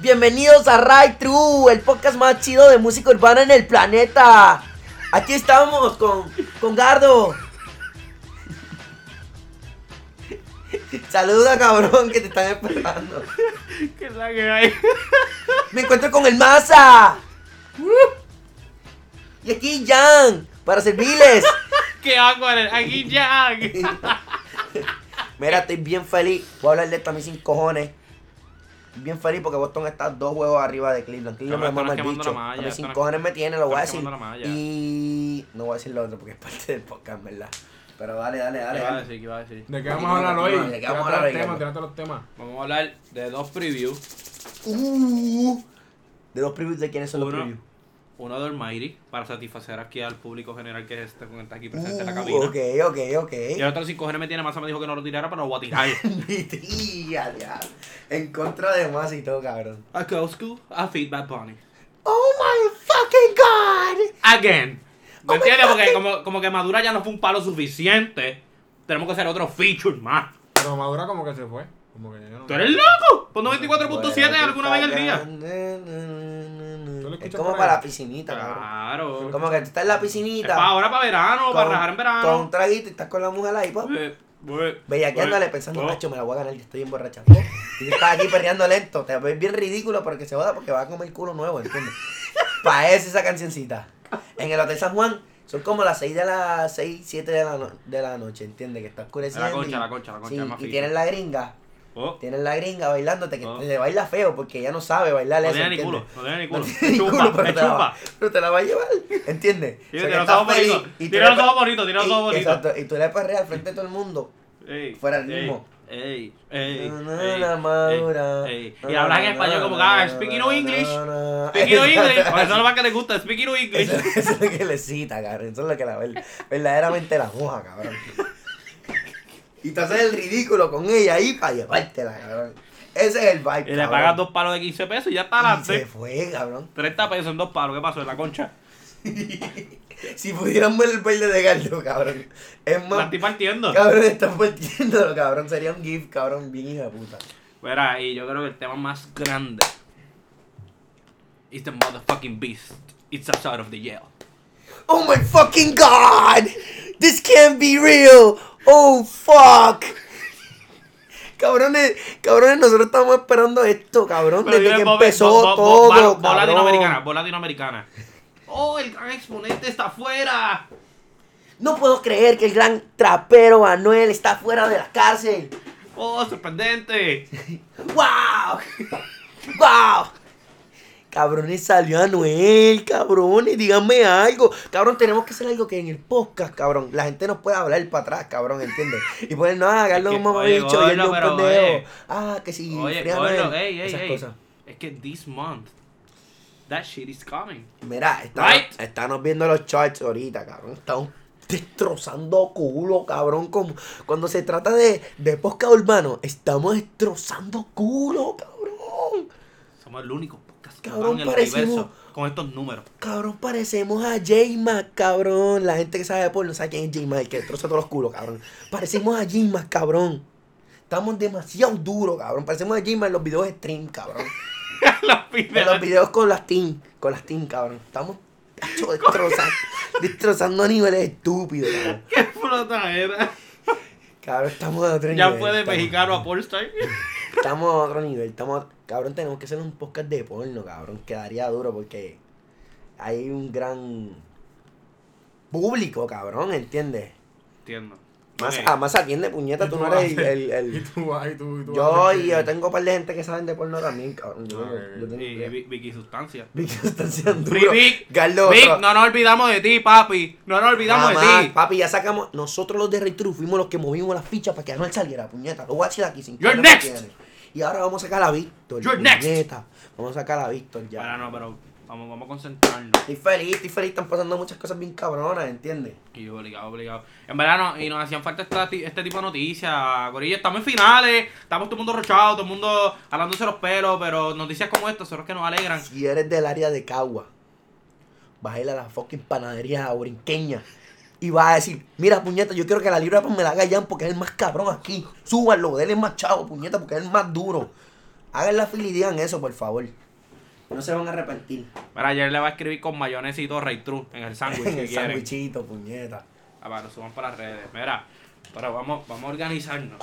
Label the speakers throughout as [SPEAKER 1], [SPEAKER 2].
[SPEAKER 1] Bienvenidos a Ray True, el podcast más chido de música urbana en el planeta. Aquí estamos con, con Gardo. Saluda, cabrón, que te están esperando.
[SPEAKER 2] ¿Qué es la que hay?
[SPEAKER 1] Me encuentro con el Masa. Y aquí Jan, para servirles.
[SPEAKER 2] ¿Qué hago en el- aquí ya?
[SPEAKER 1] Mira, estoy bien feliz. Voy a hablar de esto a mí sin cojones. Estoy Bien feliz porque Boston está dos huevos arriba de Cleveland. Cleveland
[SPEAKER 2] No,
[SPEAKER 1] me
[SPEAKER 2] pero
[SPEAKER 1] mama
[SPEAKER 2] estás
[SPEAKER 1] el
[SPEAKER 2] quemando
[SPEAKER 1] bicho.
[SPEAKER 2] la malla,
[SPEAKER 1] a mí sin
[SPEAKER 2] estás-
[SPEAKER 1] cojones me tiene, lo voy a
[SPEAKER 2] estás
[SPEAKER 1] decir.
[SPEAKER 2] quemando la malla.
[SPEAKER 1] Y no voy a decir lo otro porque es parte del podcast, ¿verdad? Pero dale, dale, dale.
[SPEAKER 2] ¿Qué iba a
[SPEAKER 1] dale.
[SPEAKER 2] decir? ¿Qué iba a decir?
[SPEAKER 3] ¿De qué vamos a hablar hoy?
[SPEAKER 1] ¿De qué vamos a hablar hoy,
[SPEAKER 3] Tírate
[SPEAKER 1] Carlos?
[SPEAKER 3] los temas, tírate los temas.
[SPEAKER 2] Vamos a hablar de dos previews.
[SPEAKER 1] Uh, de los previews, ¿de quiénes son los
[SPEAKER 2] Uno.
[SPEAKER 1] previews?
[SPEAKER 2] Uno de Almighty, para satisfacer aquí al público general que este, está, está aquí presente en la
[SPEAKER 1] Uh,
[SPEAKER 2] cabina.
[SPEAKER 1] ok, ok, ok.
[SPEAKER 2] Y el otro sin cojones me tiene masa me dijo que no lo tirara, pero lo voy a tirar.
[SPEAKER 1] Mi tía, diablo. En contra de más y todo, cabrón.
[SPEAKER 2] a Go School, a Feedback Bunny.
[SPEAKER 1] Oh my fucking god.
[SPEAKER 2] Again.
[SPEAKER 1] Oh
[SPEAKER 2] ¿Me
[SPEAKER 1] my
[SPEAKER 2] entiendes? Porque
[SPEAKER 1] fucking-
[SPEAKER 2] como, como que Madura ya no fue un palo suficiente, tenemos que hacer otro feature más.
[SPEAKER 3] Pero Madura como que se fue. Como que yo no.
[SPEAKER 2] ¿Tú eres loco? Pon 94.7 alguna vez al día.
[SPEAKER 1] día.
[SPEAKER 3] ¿Tú lo
[SPEAKER 1] Es
[SPEAKER 3] escuchas
[SPEAKER 1] como
[SPEAKER 3] por
[SPEAKER 1] para
[SPEAKER 3] ahí?
[SPEAKER 1] la piscinita, cabrón.
[SPEAKER 2] Claro.
[SPEAKER 1] Como que tú estás en la
[SPEAKER 2] Es para
[SPEAKER 1] piscinita
[SPEAKER 2] ahora, para verano, para
[SPEAKER 1] Con-
[SPEAKER 2] rajar en
[SPEAKER 1] con un
[SPEAKER 2] verano.
[SPEAKER 1] traguito y estás con la mujer ahí, pop.
[SPEAKER 2] Eh, eh,
[SPEAKER 1] Bellaqueándole
[SPEAKER 2] eh,
[SPEAKER 1] pensando,
[SPEAKER 2] oh.
[SPEAKER 1] macho, me la voy a ganar, yo estoy emborrachado. Y tú estás aquí perreando lento, te ves bien ridículo porque se joda porque va a comer culo nuevo, ¿entiendes? Pa' eso esa cancioncita. En el Hotel San Juan son como las 6 de la 6, 7 de la, no- de la noche, ¿entiendes? Que está oscureciendo.
[SPEAKER 2] La concha,
[SPEAKER 1] y-
[SPEAKER 2] la concha, la concha,
[SPEAKER 1] sí,
[SPEAKER 2] es más
[SPEAKER 1] y
[SPEAKER 2] fino.
[SPEAKER 1] tienen la gringa,
[SPEAKER 2] Oh,
[SPEAKER 1] tienen la gringa bailándote, que
[SPEAKER 2] Oh.
[SPEAKER 1] te baila feo porque ella no sabe bailar
[SPEAKER 2] No
[SPEAKER 1] eso,
[SPEAKER 2] tiene ni
[SPEAKER 1] ¿entiendes?
[SPEAKER 2] culo, no tiene ni
[SPEAKER 1] No
[SPEAKER 2] culo.
[SPEAKER 1] tiene
[SPEAKER 2] Es
[SPEAKER 1] ni culo,
[SPEAKER 2] chupa,
[SPEAKER 1] pero
[SPEAKER 2] es
[SPEAKER 1] te la va-
[SPEAKER 2] chupa.
[SPEAKER 1] pero te la va a llevar, ¿entiendes? O sea, que
[SPEAKER 2] Tiene los
[SPEAKER 1] estás
[SPEAKER 2] ojos
[SPEAKER 1] feliz y
[SPEAKER 2] bonitos,
[SPEAKER 1] tú
[SPEAKER 2] tiene
[SPEAKER 1] le
[SPEAKER 2] los
[SPEAKER 1] pe-
[SPEAKER 2] ojos bonitos, tiene los
[SPEAKER 1] y-
[SPEAKER 2] ojos bonitos.
[SPEAKER 1] Exacto, y tú le perreas al frente de todo el mundo.
[SPEAKER 2] Ey,
[SPEAKER 1] Fuera el
[SPEAKER 2] ey,
[SPEAKER 1] ritmo.
[SPEAKER 2] Ey, ey,
[SPEAKER 1] Na, na,
[SPEAKER 2] ey,
[SPEAKER 1] na, Madura.
[SPEAKER 2] ey, ey. Y hablas en
[SPEAKER 1] Na, na,
[SPEAKER 2] español como
[SPEAKER 1] na,
[SPEAKER 2] que, ah,
[SPEAKER 1] na,
[SPEAKER 2] speaking
[SPEAKER 1] na,
[SPEAKER 2] no
[SPEAKER 1] na,
[SPEAKER 2] English.
[SPEAKER 1] na, na.
[SPEAKER 2] Speaking of English, eso es lo más que le gusta, speaking of English.
[SPEAKER 1] Eso, eso es lo que le cita, cabrón. Eso es lo que la ver- verdaderamente la moja, cabrón. Y te haces el ridículo con ella ahí para llevártela, cabrón. Ese es el vibe.
[SPEAKER 2] Y le
[SPEAKER 1] cabrón.
[SPEAKER 2] pagas dos palos de 15 pesos y ya está
[SPEAKER 1] Y Se
[SPEAKER 2] adelante.
[SPEAKER 1] fue, cabrón.
[SPEAKER 2] 30 pesos en dos palos, ¿qué pasó? En la concha.
[SPEAKER 1] Si pudieran ver el baile de Gardo, cabrón. Es
[SPEAKER 2] La
[SPEAKER 1] más.
[SPEAKER 2] estoy partiendo.
[SPEAKER 1] Cabrón, estás partiéndolo, cabrón. Sería un gif, cabrón, bien hija de puta.
[SPEAKER 2] Verá, y yo creo que el tema más grande is the motherfucking beast. It's outside of the jail.
[SPEAKER 1] Oh my fucking god! This can't be real! Oh fuck! Cabrones, cabrones, nosotros estamos esperando esto, cabrón, desde
[SPEAKER 2] dile,
[SPEAKER 1] que
[SPEAKER 2] bo-
[SPEAKER 1] empezó
[SPEAKER 2] bo- bo-
[SPEAKER 1] todo,
[SPEAKER 2] bo- bo- bo-
[SPEAKER 1] cabrón.
[SPEAKER 2] latinoamericana, bo- latinoamericana. Oh, el gran exponente está afuera.
[SPEAKER 1] No puedo creer que el gran trapero Anuel está fuera de la cárcel.
[SPEAKER 2] Oh, sorprendente.
[SPEAKER 1] ¡Wow! ¡Wow! Cabrones, salió Anuel, cabrones, díganme algo. Cabrón, tenemos que hacer algo que en el podcast, cabrón, la gente nos pueda hablar para atrás, cabrón, ¿entiendes? Y poner, no, hágalo
[SPEAKER 2] que,
[SPEAKER 1] un mamabicho,
[SPEAKER 2] oye,
[SPEAKER 1] y él
[SPEAKER 2] gordo,
[SPEAKER 1] un
[SPEAKER 2] pero,
[SPEAKER 1] pendejo.
[SPEAKER 2] oye.
[SPEAKER 1] Ah, que sí,
[SPEAKER 2] Oye,
[SPEAKER 1] fría
[SPEAKER 2] gordo,
[SPEAKER 1] Anuel,
[SPEAKER 2] ey, ey,
[SPEAKER 1] esas
[SPEAKER 2] ey.
[SPEAKER 1] cosas.
[SPEAKER 2] Es que this month, that shit is coming.
[SPEAKER 1] Mira, estamos,
[SPEAKER 2] Right.
[SPEAKER 1] estamos viendo los charts ahorita, cabrón. Estamos destrozando culo, cabrón. Como, cuando se trata de, de podcast urbano, estamos destrozando culo, cabrón.
[SPEAKER 2] Somos el único podcast que
[SPEAKER 1] Cabrón,
[SPEAKER 2] va en el
[SPEAKER 1] parecimos-
[SPEAKER 2] universo con estos números.
[SPEAKER 1] Cabrón, parecemos a J-Mac, cabrón. La gente que sabe de porno sabe quién es J-Mac, el que destroza todos los culos, cabrón. Parecemos a J-Mac, cabrón. Estamos demasiado duros, cabrón. Parecemos a J-Mac en los videos de stream, cabrón.
[SPEAKER 2] Los
[SPEAKER 1] En los
[SPEAKER 2] pibes.
[SPEAKER 1] videos con las team, con las team, cabrón. Estamos tacho, destrozando, destrozando a niveles estúpidos, cabrón.
[SPEAKER 2] ¿Qué flota era?
[SPEAKER 1] Cabrón, estamos a otro
[SPEAKER 2] Ya
[SPEAKER 1] nivel.
[SPEAKER 2] fue de
[SPEAKER 1] estamos-
[SPEAKER 2] mexicano a Polestar.
[SPEAKER 1] Estamos a otro nivel, estamos a- Cabrón, tenemos que hacer un podcast de porno, cabrón. Quedaría duro porque hay un gran público, cabrón, ¿entiendes?
[SPEAKER 2] Entiendo.
[SPEAKER 1] Más,
[SPEAKER 2] Ok.
[SPEAKER 1] ah, más atiende, puñeta,
[SPEAKER 3] Y
[SPEAKER 1] tú
[SPEAKER 3] tú
[SPEAKER 1] no eres el...
[SPEAKER 3] haces-
[SPEAKER 1] el- el-
[SPEAKER 3] Y tú vas, y tú, y tú
[SPEAKER 1] Yo
[SPEAKER 3] haces
[SPEAKER 1] y
[SPEAKER 3] que-
[SPEAKER 1] yo tengo un par de gente que saben de porno también, cabrón. Yo,
[SPEAKER 3] Ah, ok,
[SPEAKER 1] yo
[SPEAKER 3] ok.
[SPEAKER 1] tengo...
[SPEAKER 2] eh, Y, y Vic- Vicky Sustancia.
[SPEAKER 1] Vic están siendo
[SPEAKER 2] Free
[SPEAKER 1] duro.
[SPEAKER 2] Vic.
[SPEAKER 1] Gardo,
[SPEAKER 2] Vic,
[SPEAKER 1] otro-
[SPEAKER 2] no nos olvidamos de ti, papi. No nos olvidamos
[SPEAKER 1] Jamás,
[SPEAKER 2] de ti.
[SPEAKER 1] Papi, ya sacamos. Nosotros los de Rey True fuimos los que movimos las fichas para que Anuel saliera, puñeta. Lo voy a decir aquí sin
[SPEAKER 2] You're
[SPEAKER 1] problema,
[SPEAKER 2] next.
[SPEAKER 1] puñeta. Y ahora vamos a sacar a Víctor.
[SPEAKER 2] You're next.
[SPEAKER 1] puñeta. Vamos a sacar a Víctor ya.
[SPEAKER 2] Para no, pero vamos, vamos a concentrarnos.
[SPEAKER 1] Estoy feliz, estoy feliz. Están pasando muchas cosas bien cabronas, ¿entiendes?
[SPEAKER 2] Y obligado, obligado. En verano, y nos hacían falta esta ti- este tipo de noticias. Corillo, estamos en finales, estamos todo el mundo rochado, todo el mundo alándose los pelos, pero noticias como estas son las que nos alegran.
[SPEAKER 1] Si eres del área de Cagua, vas a ir a la fucking panadería aurinqueña. Y vas a decir, mira, puñeta, yo quiero que la libra de pan me la haga Jan porque es el más cabrón aquí. Súbanlo, él es más chavo, puñeta, porque es el más duro. Hagan la fila y digan eso, por favor. No se van a arrepentir.
[SPEAKER 2] Mira, ayer le va a escribir con mayonesito Ray True en el sándwich
[SPEAKER 1] En
[SPEAKER 2] si
[SPEAKER 1] el
[SPEAKER 2] quieren.
[SPEAKER 1] sandwichito, puñeta.
[SPEAKER 2] Ah, para, lo suban para las redes. Mira, pero vamos, vamos a organizarnos.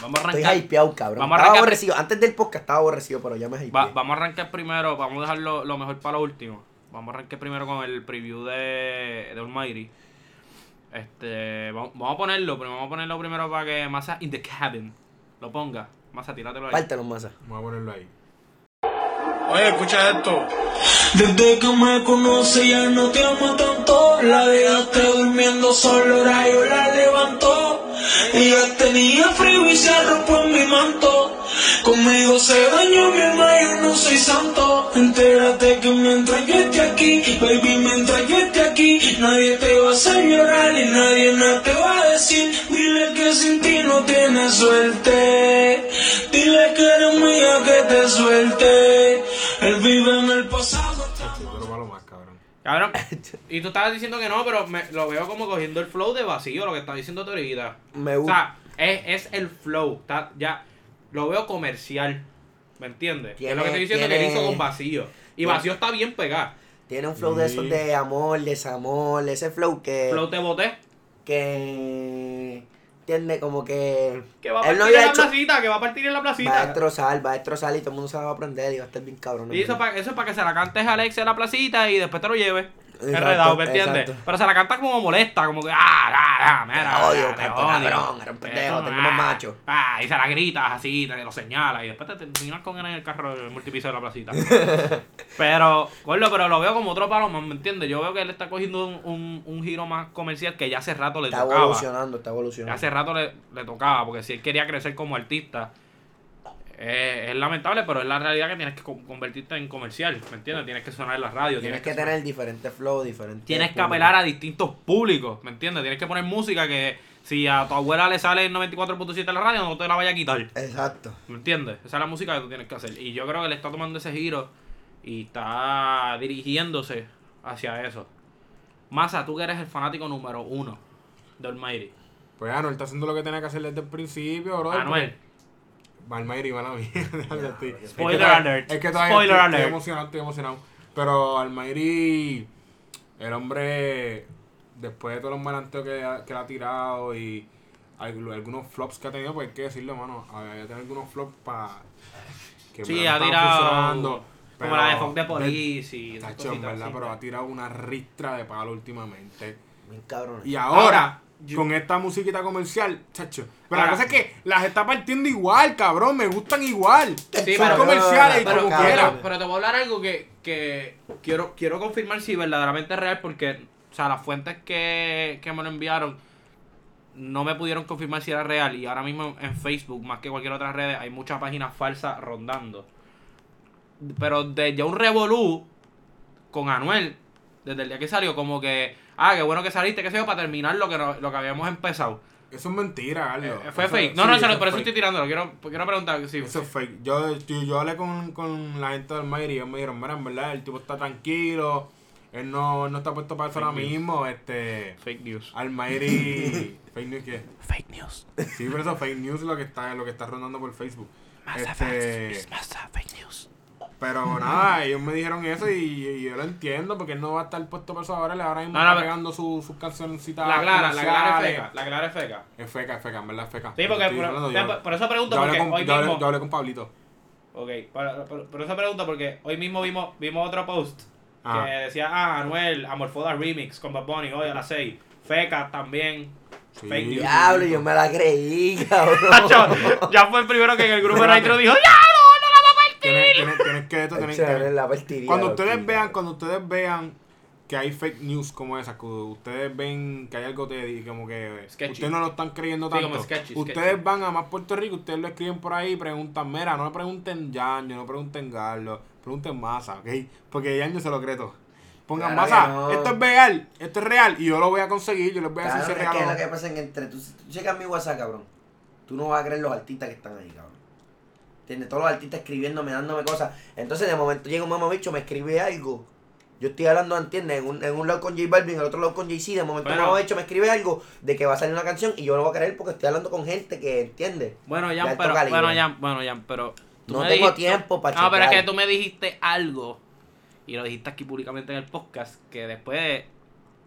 [SPEAKER 2] Vamos a
[SPEAKER 1] Estoy
[SPEAKER 2] arrancar.
[SPEAKER 1] hypeado, cabrón.
[SPEAKER 2] Vamos a
[SPEAKER 1] estaba
[SPEAKER 2] arrancar-
[SPEAKER 1] aborrecido. Antes del podcast estaba aborrecido, pero ya me hypeé.
[SPEAKER 2] Va- vamos a arrancar primero, vamos a dejar lo, lo mejor para lo último. Vamos a arrancar primero con el preview de, de Almighty. Este, vamos, vamos a ponerlo, pero vamos a ponerlo primero para que Masa in the cabin lo ponga. Masa, tíratelo ahí.
[SPEAKER 1] Pártelo, masa.
[SPEAKER 3] Vamos a ponerlo ahí.
[SPEAKER 4] Oye, escucha esto.
[SPEAKER 5] Desde que me conoce ya no te ama tanto. La dejaste durmiendo solo, ahora yo la levantó. Ella tenía frío y se arropó en mi manto. Conmigo se dañó mi alma, yo no soy santo. Entérate que mientras yo esté aquí, baby, mientras yo esté aquí, nadie te va a hacer llorar y nadie nada te va a decir. Dile que sin ti no tienes suerte. Dile que eres mía que te suelte. Él vive en el pasado.
[SPEAKER 3] Yo quiero palo más, cabrón.
[SPEAKER 2] Cabrón, y tú estabas diciendo que no, pero me- lo veo como cogiendo el flow de vacío, lo que está diciendo tu ahorita.
[SPEAKER 1] Me
[SPEAKER 2] O
[SPEAKER 1] gusta.
[SPEAKER 2] sea, es, es el flow, está, ya, lo veo comercial, ¿me entiendes? Es lo que estoy
[SPEAKER 1] Tiene-
[SPEAKER 2] diciendo que él
[SPEAKER 1] tiene-
[SPEAKER 2] hizo con vacío. Y
[SPEAKER 1] tiene-
[SPEAKER 2] vacío está bien pegado.
[SPEAKER 1] Tiene un flow de
[SPEAKER 3] Sí.
[SPEAKER 1] esos de amor, desamor, ese flow que.
[SPEAKER 2] Flow te boté.
[SPEAKER 1] que entiende como que
[SPEAKER 2] Que va a
[SPEAKER 1] él
[SPEAKER 2] partir
[SPEAKER 1] no
[SPEAKER 2] en
[SPEAKER 1] había
[SPEAKER 2] la
[SPEAKER 1] hecho
[SPEAKER 2] placita, que va a partir en la
[SPEAKER 1] va a
[SPEAKER 2] placita.
[SPEAKER 1] destrozar, va a destrozar y todo el mundo se la va a aprender y va a estar bien cabrón.
[SPEAKER 2] Y eso, es
[SPEAKER 1] hermano.
[SPEAKER 2] pa- eso es para que se la cantes a Alex en la placita y después te lo lleves.
[SPEAKER 1] Exacto,
[SPEAKER 2] Enredado, ¿me entiendes?
[SPEAKER 1] exacto.
[SPEAKER 2] Pero se la canta como molesta, como que, ah, ah, ah, mira,
[SPEAKER 1] Te odio,
[SPEAKER 2] ah, te
[SPEAKER 1] canto
[SPEAKER 2] odio.
[SPEAKER 1] cabrón, eres un pendejo,
[SPEAKER 2] Eso,
[SPEAKER 1] te llamas macho.
[SPEAKER 2] Ah, y se la gritas así, te lo señalas y después te terminas con él en el carro en el multipiso de la placita. pero, gordo, pero lo veo como otro palo más, ¿me entiendes? Yo veo que él está cogiendo un, un- un giro más comercial que ya hace rato le
[SPEAKER 1] Está
[SPEAKER 2] tocaba.
[SPEAKER 1] evolucionando, está evolucionando.
[SPEAKER 2] Hace rato le, le tocaba, porque si él quería crecer como artista, eh, es lamentable, pero es la realidad que tienes que co- convertirte en comercial, ¿me entiendes? Tienes que sonar en la radio,
[SPEAKER 1] Tienes
[SPEAKER 2] tienes,
[SPEAKER 1] que
[SPEAKER 2] sonar-
[SPEAKER 1] tener diferentes flows, diferentes.
[SPEAKER 2] tienes que
[SPEAKER 1] públicos.
[SPEAKER 2] apelar a distintos públicos, ¿me entiendes? Tienes que poner música que si a tu abuela le sale el 94.7 en la radio, no te la vaya a quitar,
[SPEAKER 1] Exacto.
[SPEAKER 2] ¿me entiendes? Esa es la música que tú tienes que hacer. Y yo creo que le está tomando ese giro y está dirigiéndose hacia eso. Masa, tú que eres el fanático número uno de Almighty.
[SPEAKER 3] Pues Anuel está haciendo lo que tenía que hacer desde el principio, bro. pues,
[SPEAKER 2] Anuel.
[SPEAKER 3] Balmairi, mala mía. Déjame estoy- es que
[SPEAKER 2] Spoiler
[SPEAKER 3] todavía-
[SPEAKER 2] alert.
[SPEAKER 3] Es que todavía
[SPEAKER 2] Spoiler
[SPEAKER 3] estoy, estoy
[SPEAKER 2] alert.
[SPEAKER 3] emocionado, estoy emocionado. Pero Almairi, el hombre, después de todos los malanteos que, ha- que le ha tirado y al- algunos flops que ha tenido, pues hay que decirlo, mano. Había tenido algunos flops para. Que
[SPEAKER 2] Sí,
[SPEAKER 3] no
[SPEAKER 2] ha
[SPEAKER 3] estaban
[SPEAKER 2] tirado
[SPEAKER 3] funcionando,
[SPEAKER 2] como
[SPEAKER 3] pero-
[SPEAKER 2] la de Fox de Police y esas
[SPEAKER 3] Tacho, en
[SPEAKER 2] cositas
[SPEAKER 3] verdad,
[SPEAKER 2] así.
[SPEAKER 3] pero ha tirado una ristra de palo últimamente.
[SPEAKER 1] Bien cabrón.
[SPEAKER 3] Y
[SPEAKER 2] Ahora,
[SPEAKER 3] ahora,
[SPEAKER 2] yo-
[SPEAKER 3] con esta musiquita comercial, chacho. Pero
[SPEAKER 2] Ahora-
[SPEAKER 3] la cosa es que las está partiendo igual, cabrón. Me gustan igual.
[SPEAKER 2] Sí,
[SPEAKER 3] Son
[SPEAKER 2] pero-
[SPEAKER 3] comerciales y
[SPEAKER 2] Pero,
[SPEAKER 3] como
[SPEAKER 1] cabrón.
[SPEAKER 3] quiera.
[SPEAKER 2] pero- pero te voy a hablar algo que, que quiero, quiero confirmar si verdaderamente es real porque, o sea, las fuentes que, que me lo enviaron no me pudieron confirmar si era real y ahora mismo en Facebook, más que cualquier otra red, hay muchas páginas falsas rondando. Pero de ya un revolú con Anuel, desde el día que salió, como que, ah, qué bueno que saliste, qué sé yo, para terminar lo que, no- lo que habíamos empezado.
[SPEAKER 3] Eso es mentira, Carlos.
[SPEAKER 2] Eh, fue
[SPEAKER 3] Eso-
[SPEAKER 2] fake. No, no,
[SPEAKER 3] sí,
[SPEAKER 2] se lo-
[SPEAKER 3] eso
[SPEAKER 2] por
[SPEAKER 3] es
[SPEAKER 2] eso estoy
[SPEAKER 3] fake.
[SPEAKER 2] tirándolo. Quiero, quiero preguntar si.
[SPEAKER 3] Eso es fake. Yo, yo, yo hablé con, con la gente del Mayri y ellos me dijeron, mira, en verdad, el tipo está tranquilo. Él no, él no está puesto para eso ahora mismo. Este.
[SPEAKER 2] Fake news.
[SPEAKER 3] Almairi. ¿Fake news qué?
[SPEAKER 2] Fake news.
[SPEAKER 3] Sí, pero eso es fake news lo que está, lo que está rondando por Facebook. Este,
[SPEAKER 2] fake news.
[SPEAKER 3] Pero nada, ellos me dijeron eso y, y yo lo entiendo porque él no va a estar puesto para eso ahora. Le ahora mismo
[SPEAKER 2] No, no,
[SPEAKER 3] está
[SPEAKER 2] pero-
[SPEAKER 3] pegando su- sus cancioncitas.
[SPEAKER 2] La clara, la clara es
[SPEAKER 3] comerciales.
[SPEAKER 2] feca. La clara es feca.
[SPEAKER 3] Es feca, es feca, en verdad es feca.
[SPEAKER 2] Sí,
[SPEAKER 3] Yo
[SPEAKER 2] porque
[SPEAKER 3] estoy
[SPEAKER 2] por,
[SPEAKER 3] hablando,
[SPEAKER 2] ya,
[SPEAKER 3] yo-
[SPEAKER 2] por- por eso pregunto,
[SPEAKER 3] yo hablé
[SPEAKER 2] porque
[SPEAKER 3] con-
[SPEAKER 2] hoy
[SPEAKER 3] yo hablé-
[SPEAKER 2] mismo.
[SPEAKER 3] yo hablé con Pablito.
[SPEAKER 2] Ok, para- por, por eso pregunto, porque hoy mismo vimos, vimos otro post
[SPEAKER 3] Ah.
[SPEAKER 2] que decía, ah, Anuel, Amorfoda Remix con Bad Bunny hoy a las 6. Feca también.
[SPEAKER 3] Sí.
[SPEAKER 2] Fake news.
[SPEAKER 1] Diablo, yo me la creí, cabrón.
[SPEAKER 2] Nacho, ya fue el primero que en el grupo de
[SPEAKER 3] Espérate.
[SPEAKER 2] Nitro dijo, ¡Diablo!
[SPEAKER 3] Tienes, tienes- tienes que esto, tienes que-
[SPEAKER 1] Chaval, la partida,
[SPEAKER 3] Cuando
[SPEAKER 1] loco.
[SPEAKER 3] ustedes vean, cuando ustedes vean que hay fake news como esa, que ustedes ven que hay algo de, y como que
[SPEAKER 2] Sketchy.
[SPEAKER 3] ustedes no lo están creyendo
[SPEAKER 2] Sí,
[SPEAKER 3] tanto.
[SPEAKER 2] como sketchy,
[SPEAKER 3] ustedes
[SPEAKER 2] sketchy.
[SPEAKER 3] van a más Puerto Rico, ustedes lo escriben por ahí y preguntan, mira, no le pregunten Yaño, no pregunten Garlo, pregunten Masa, ¿ok? Porque Yaño se lo cree todo. Pongan
[SPEAKER 1] Claro
[SPEAKER 3] Masa,
[SPEAKER 1] que no.
[SPEAKER 3] esto es real, esto es real y yo lo voy a conseguir, yo les voy a
[SPEAKER 1] Cabrón,
[SPEAKER 3] decir si
[SPEAKER 1] es
[SPEAKER 3] es real
[SPEAKER 1] que
[SPEAKER 3] o
[SPEAKER 1] lo que
[SPEAKER 3] no.
[SPEAKER 1] pasa es que entre tú, tú checas mi WhatsApp, cabrón. Tú no vas a creer los artistas que están ahí, cabrón. ¿Entiendes? Todos los artistas escribiéndome, dándome cosas. Entonces, de momento llega un mamabicho, me escribe algo. Yo estoy hablando, ¿entiendes? En un, en un lado con J Balvin, en el otro lado con Jay-Z. De momento,
[SPEAKER 2] Bueno.
[SPEAKER 1] un mamabicho me escribe algo de que va a salir una canción y yo no voy a creer porque estoy hablando con gente que entiende.
[SPEAKER 2] Bueno,
[SPEAKER 1] De
[SPEAKER 2] Jan,
[SPEAKER 1] alto
[SPEAKER 2] pero,
[SPEAKER 1] calibre.
[SPEAKER 2] bueno, Jan, bueno, Jan, pero tú
[SPEAKER 1] No
[SPEAKER 2] me
[SPEAKER 1] tengo
[SPEAKER 2] dijiste-
[SPEAKER 1] tiempo para
[SPEAKER 2] No, pero es
[SPEAKER 1] checar.
[SPEAKER 2] que tú me dijiste algo y lo dijiste aquí públicamente en el podcast que después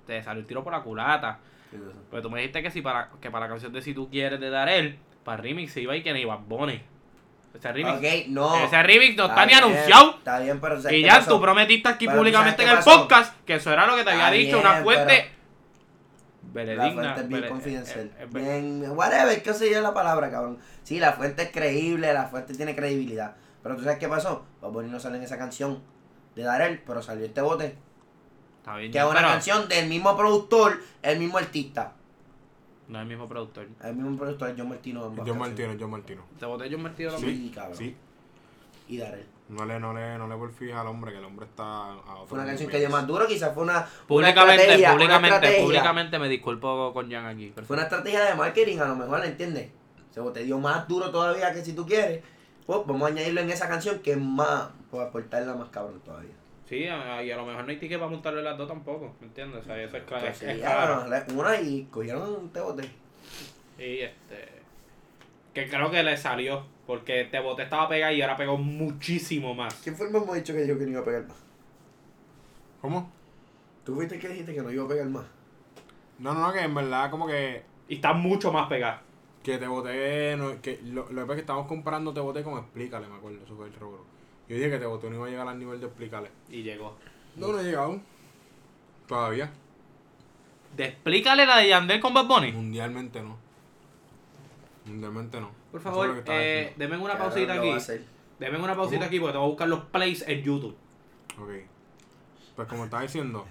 [SPEAKER 2] te salió el tiro por la culata. Pero tú me dijiste que si para que para la canción de Si tú quieres de Darel, para remix se iba y que ni Bad Bunny. Ese remix,
[SPEAKER 1] Ok, no.
[SPEAKER 2] ese remix no está, ni
[SPEAKER 1] bien,
[SPEAKER 2] anunciado.
[SPEAKER 1] Está bien, pero ¿sabes
[SPEAKER 2] Y
[SPEAKER 1] qué
[SPEAKER 2] ya
[SPEAKER 1] pasó?
[SPEAKER 2] tú prometiste aquí
[SPEAKER 1] Pero tú
[SPEAKER 2] públicamente en
[SPEAKER 1] sabes
[SPEAKER 2] el
[SPEAKER 1] qué pasó.
[SPEAKER 2] podcast que eso era lo que te había
[SPEAKER 1] Está
[SPEAKER 2] dicho, una
[SPEAKER 1] bien,
[SPEAKER 2] fuente
[SPEAKER 1] La
[SPEAKER 2] veredigna.
[SPEAKER 1] fuente es bien
[SPEAKER 2] vere-
[SPEAKER 1] confidencial.
[SPEAKER 2] eh, eh, eh,
[SPEAKER 1] bien, whatever, qué sé yo la palabra, cabrón. Sí, la fuente es creíble, la fuente tiene credibilidad. Pero tú sabes qué pasó. Bad Bunny no sale en esa canción de Darel, pero salió este bote.
[SPEAKER 2] Está bien,
[SPEAKER 1] Que
[SPEAKER 2] ya,
[SPEAKER 1] es una
[SPEAKER 2] pero
[SPEAKER 1] canción del mismo productor, el mismo artista.
[SPEAKER 2] No es el mismo productor.
[SPEAKER 1] El mismo productor, John Martino. ambas
[SPEAKER 3] John
[SPEAKER 1] canciones.
[SPEAKER 3] Martino, John Martino.
[SPEAKER 2] Te boté yo metido
[SPEAKER 1] Sí, cabrón.
[SPEAKER 3] Sí,
[SPEAKER 1] Y Darel.
[SPEAKER 3] no le, no le, no le porfíes al hombre, que el hombre está a otro
[SPEAKER 1] Fue una canción que
[SPEAKER 3] nivel.
[SPEAKER 1] dio más duro, quizás fue una. una
[SPEAKER 2] Públicamente,
[SPEAKER 1] estrategia, una
[SPEAKER 2] públicamente,
[SPEAKER 1] estrategia.
[SPEAKER 2] públicamente me disculpo con Jan aquí. pero-
[SPEAKER 1] Fue una estrategia de marketing, a lo mejor, ¿la entiendes? Se te dio más duro todavía que si tú quieres. Pues vamos a añadirlo en esa canción que es más, por aportarla más cabrón todavía.
[SPEAKER 2] Sí, a- y a lo mejor no hay ticket para montarle las dos tampoco, ¿me entiendes? O sea, eso es claro.
[SPEAKER 1] Pues
[SPEAKER 2] Es, es
[SPEAKER 1] sí,
[SPEAKER 2] claro.
[SPEAKER 1] ah, una y cogieron un tebote.
[SPEAKER 2] Y este. Que creo que le salió, porque te boté estaba pegado y ahora pegó muchísimo más.
[SPEAKER 1] ¿Quién fue el mismo dicho que dijo que no iba a pegar más?
[SPEAKER 3] ¿Cómo?
[SPEAKER 1] ¿Tú fuiste el que dijiste que no iba a pegar más?
[SPEAKER 3] No, no, no, que en verdad como que,
[SPEAKER 2] Y está mucho más pegado.
[SPEAKER 3] que te boté, no, que lo, lo que pasa es que estábamos comparando te boté con Explícale, me acuerdo, eso fue el rubro. Yo dije que te boté no iba a llegar al nivel de Explícale.
[SPEAKER 2] Y llegó.
[SPEAKER 3] No, no he llegado. Todavía.
[SPEAKER 2] De explícale la de Yandel con Bad Bunny.
[SPEAKER 3] Mundialmente no. Mundialmente no.
[SPEAKER 2] Por
[SPEAKER 3] Eso es lo que
[SPEAKER 2] favor,
[SPEAKER 3] estaba
[SPEAKER 2] eh,
[SPEAKER 3] diciendo.
[SPEAKER 2] denme una
[SPEAKER 1] Que ahora lo va
[SPEAKER 2] pausita
[SPEAKER 1] a
[SPEAKER 2] aquí.
[SPEAKER 1] hacer.
[SPEAKER 2] Denme una pausita
[SPEAKER 3] ¿Cómo?
[SPEAKER 2] aquí porque tengo que buscar los plays en YouTube.
[SPEAKER 3] Ok. Pues como estaba diciendo,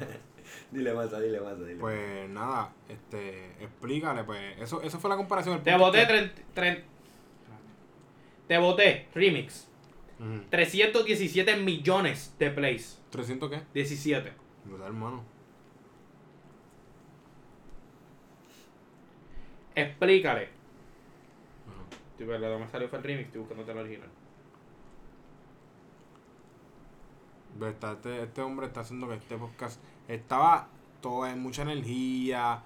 [SPEAKER 1] Dile más, dile más, dile.
[SPEAKER 3] pues nada, este, explícale, pues, eso, eso fue la comparación. el
[SPEAKER 2] Te
[SPEAKER 3] punto
[SPEAKER 2] boté
[SPEAKER 3] es que-
[SPEAKER 2] 30. Te boté, remix.
[SPEAKER 3] Ujú.
[SPEAKER 2] 317 millones de plays.
[SPEAKER 3] ¿300 qué?
[SPEAKER 2] 17.
[SPEAKER 3] Brutal, hermano.
[SPEAKER 2] Explícale.
[SPEAKER 3] Bueno,
[SPEAKER 2] Estoy verdad, me salió fue el remix, estoy buscándote el original.
[SPEAKER 3] ve, está- este, este hombre está haciendo que este podcast estaba toda en mucha energía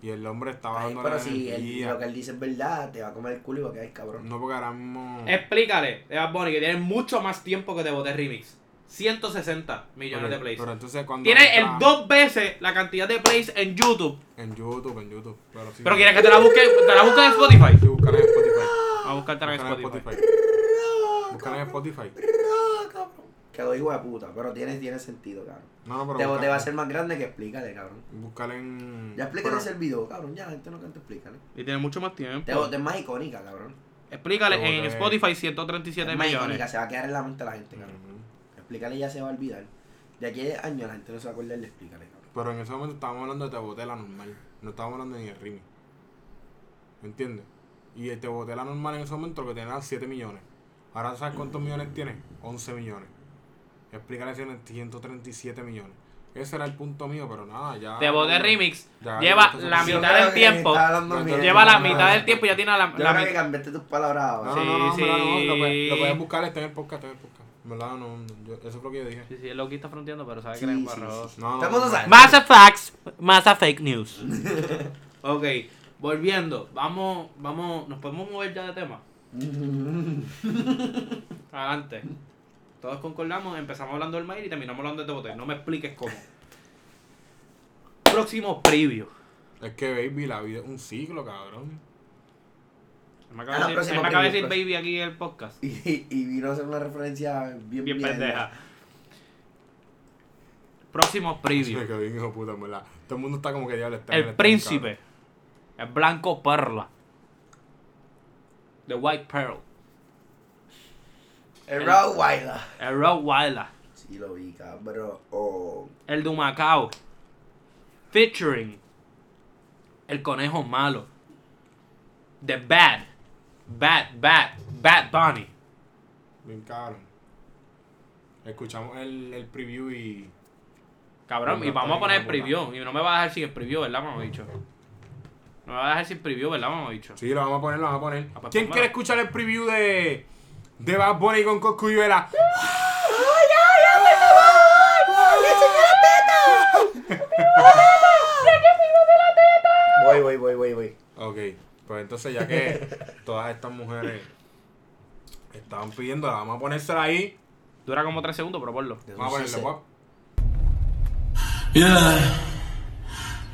[SPEAKER 3] y el hombre estaba
[SPEAKER 1] Ay,
[SPEAKER 3] dando
[SPEAKER 1] pero
[SPEAKER 3] la
[SPEAKER 1] si él-
[SPEAKER 3] energía. Mm.
[SPEAKER 1] lo que él dice es verdad, te va a comer el culo y va a caer cabrón.
[SPEAKER 3] No porque ahora mismo...
[SPEAKER 2] Explícale, de Bad Bunny, que tiene mucho más tiempo que te boté remix. 160 millones
[SPEAKER 3] Ok,
[SPEAKER 2] de plays.
[SPEAKER 3] Pero entonces cuando...
[SPEAKER 2] Tiene el
[SPEAKER 3] entra
[SPEAKER 2] dos veces la cantidad de plays en YouTube.
[SPEAKER 3] En YouTube, en YouTube. Pero, sí,
[SPEAKER 2] Pero quieres que te la busque, te la busque en Spotify.
[SPEAKER 3] Sí, búscala en Spotify.
[SPEAKER 2] Vamos a buscártela en
[SPEAKER 3] Búscala en
[SPEAKER 2] Spotify.
[SPEAKER 3] Spotify. Búscala en Spotify.
[SPEAKER 1] No, cabrón. Quedó hijo de puta, pero tiene, tiene sentido, cabrón.
[SPEAKER 3] No, no, pero.
[SPEAKER 1] Te, te
[SPEAKER 3] búscala-
[SPEAKER 1] va a ser más grande que explícale, cabrón.
[SPEAKER 3] Búscala en.
[SPEAKER 1] Ya explícale
[SPEAKER 3] pero-
[SPEAKER 1] ese video, cabrón. Ya, la gente no canta explícale.
[SPEAKER 2] Y tiene mucho más
[SPEAKER 1] Te,
[SPEAKER 2] tiempo.
[SPEAKER 1] es más icónica, cabrón.
[SPEAKER 2] Explícale,
[SPEAKER 3] Te
[SPEAKER 2] en
[SPEAKER 3] boté.
[SPEAKER 2] Spotify
[SPEAKER 1] Es
[SPEAKER 2] 137
[SPEAKER 1] más icónica,
[SPEAKER 2] millones.
[SPEAKER 1] se va a quedar en la mente de la gente, cabrón.
[SPEAKER 3] Ujú.
[SPEAKER 1] Explícale ya se va a olvidar. De aquí a años la gente no se va a acordar de explícale, cabrón.
[SPEAKER 3] Pero en ese momento estábamos hablando de Te Boté la normal. No estábamos hablando ni de Rimi. ¿Me entiendes? Y el Te Boté la normal en ese momento lo que tenía eran 7 millones. Ahora ¿sabes cuántos millones tiene? 11 millones. Explícale tiene 137 millones. Ese era el punto mío, pero nada, ya.
[SPEAKER 2] Te boté remix.
[SPEAKER 3] Ya,
[SPEAKER 2] Lleva
[SPEAKER 3] entonces-
[SPEAKER 2] la
[SPEAKER 3] Sí,
[SPEAKER 2] mitad
[SPEAKER 1] Yo creo
[SPEAKER 2] del
[SPEAKER 1] que
[SPEAKER 2] tiempo.
[SPEAKER 1] está hablando
[SPEAKER 3] No,
[SPEAKER 1] mierda.
[SPEAKER 2] Lleva la
[SPEAKER 3] no,
[SPEAKER 2] mitad
[SPEAKER 3] no,
[SPEAKER 2] del tiempo y ya tiene la,
[SPEAKER 1] Yo
[SPEAKER 2] la
[SPEAKER 1] creo que
[SPEAKER 2] mitad.
[SPEAKER 1] cambiaste tus palabras
[SPEAKER 3] No,
[SPEAKER 1] ahora.
[SPEAKER 3] no, no, no,
[SPEAKER 2] Sí,
[SPEAKER 3] en verdad no, lo, puedes, lo
[SPEAKER 2] sí.
[SPEAKER 3] puedes buscar, está en el podcast, está en el podcast. En verdad, no, no, yo- eso es lo que yo dije.
[SPEAKER 2] Sí, sí, el loco está fronteando, pero sabe
[SPEAKER 1] Sí,
[SPEAKER 2] que le
[SPEAKER 1] sí,
[SPEAKER 2] embarró.
[SPEAKER 1] sí.
[SPEAKER 3] No, no,
[SPEAKER 1] Todo el mundo
[SPEAKER 3] no.
[SPEAKER 1] sabe.
[SPEAKER 2] Más a facts, más a fake news. ok, volviendo. Vamos, vamos, nos podemos mover ya de tema. Adelante. Todos concordamos, empezamos hablando del mail y terminamos hablando de bote. No me expliques cómo. Próximo preview.
[SPEAKER 3] Es que, baby, la vida es un ciclo, cabrón.
[SPEAKER 2] Me
[SPEAKER 1] Ah,
[SPEAKER 2] acaba de decir,
[SPEAKER 1] próximo
[SPEAKER 2] me acaba de
[SPEAKER 1] preview,
[SPEAKER 2] decir baby aquí en el podcast.
[SPEAKER 1] Y, y vino a hacer una referencia bien,
[SPEAKER 2] Bien
[SPEAKER 1] mierda.
[SPEAKER 2] pendeja. Próximo
[SPEAKER 3] Sí,
[SPEAKER 2] preview.
[SPEAKER 3] que bien, hijo de puta, en verdad. Todo el mundo está como que ya le está.
[SPEAKER 2] El príncipe. El blanco perla. The white pearl.
[SPEAKER 1] El Rob Wilder.
[SPEAKER 2] El Rottweiler.
[SPEAKER 1] Sí, lo vi, cabrón. Oh.
[SPEAKER 2] El Dumacao. Featuring. El conejo malo. The Bad. Bad, Bad, Bad Bunny.
[SPEAKER 3] Bien cabrón. Escuchamos el, el preview y.
[SPEAKER 2] Cabrón, y
[SPEAKER 3] No,
[SPEAKER 2] vamos a
[SPEAKER 3] está
[SPEAKER 2] poner el
[SPEAKER 3] bien,
[SPEAKER 2] preview. Y no me vas a dejar sin el preview, ¿verdad, mamá bicho? No me vas a dejar sin preview, ¿verdad, mamá bicho?
[SPEAKER 3] Sí, lo vamos a poner, lo vamos a poner.
[SPEAKER 2] Ah, pues,
[SPEAKER 3] ¿Quién
[SPEAKER 2] pues, mala.
[SPEAKER 3] quiere escuchar el preview de. de Bad Bunny con Coscuyuela?
[SPEAKER 1] Voy, voy, voy, voy, voy.
[SPEAKER 3] Ok, pues entonces, ya que todas estas mujeres Estaban pidiéndola. Vamos a ponérsela ahí.
[SPEAKER 2] Dura como 3 segundos, pero ponlo.
[SPEAKER 3] Vamos a ponerle, pop.
[SPEAKER 5] Yeah.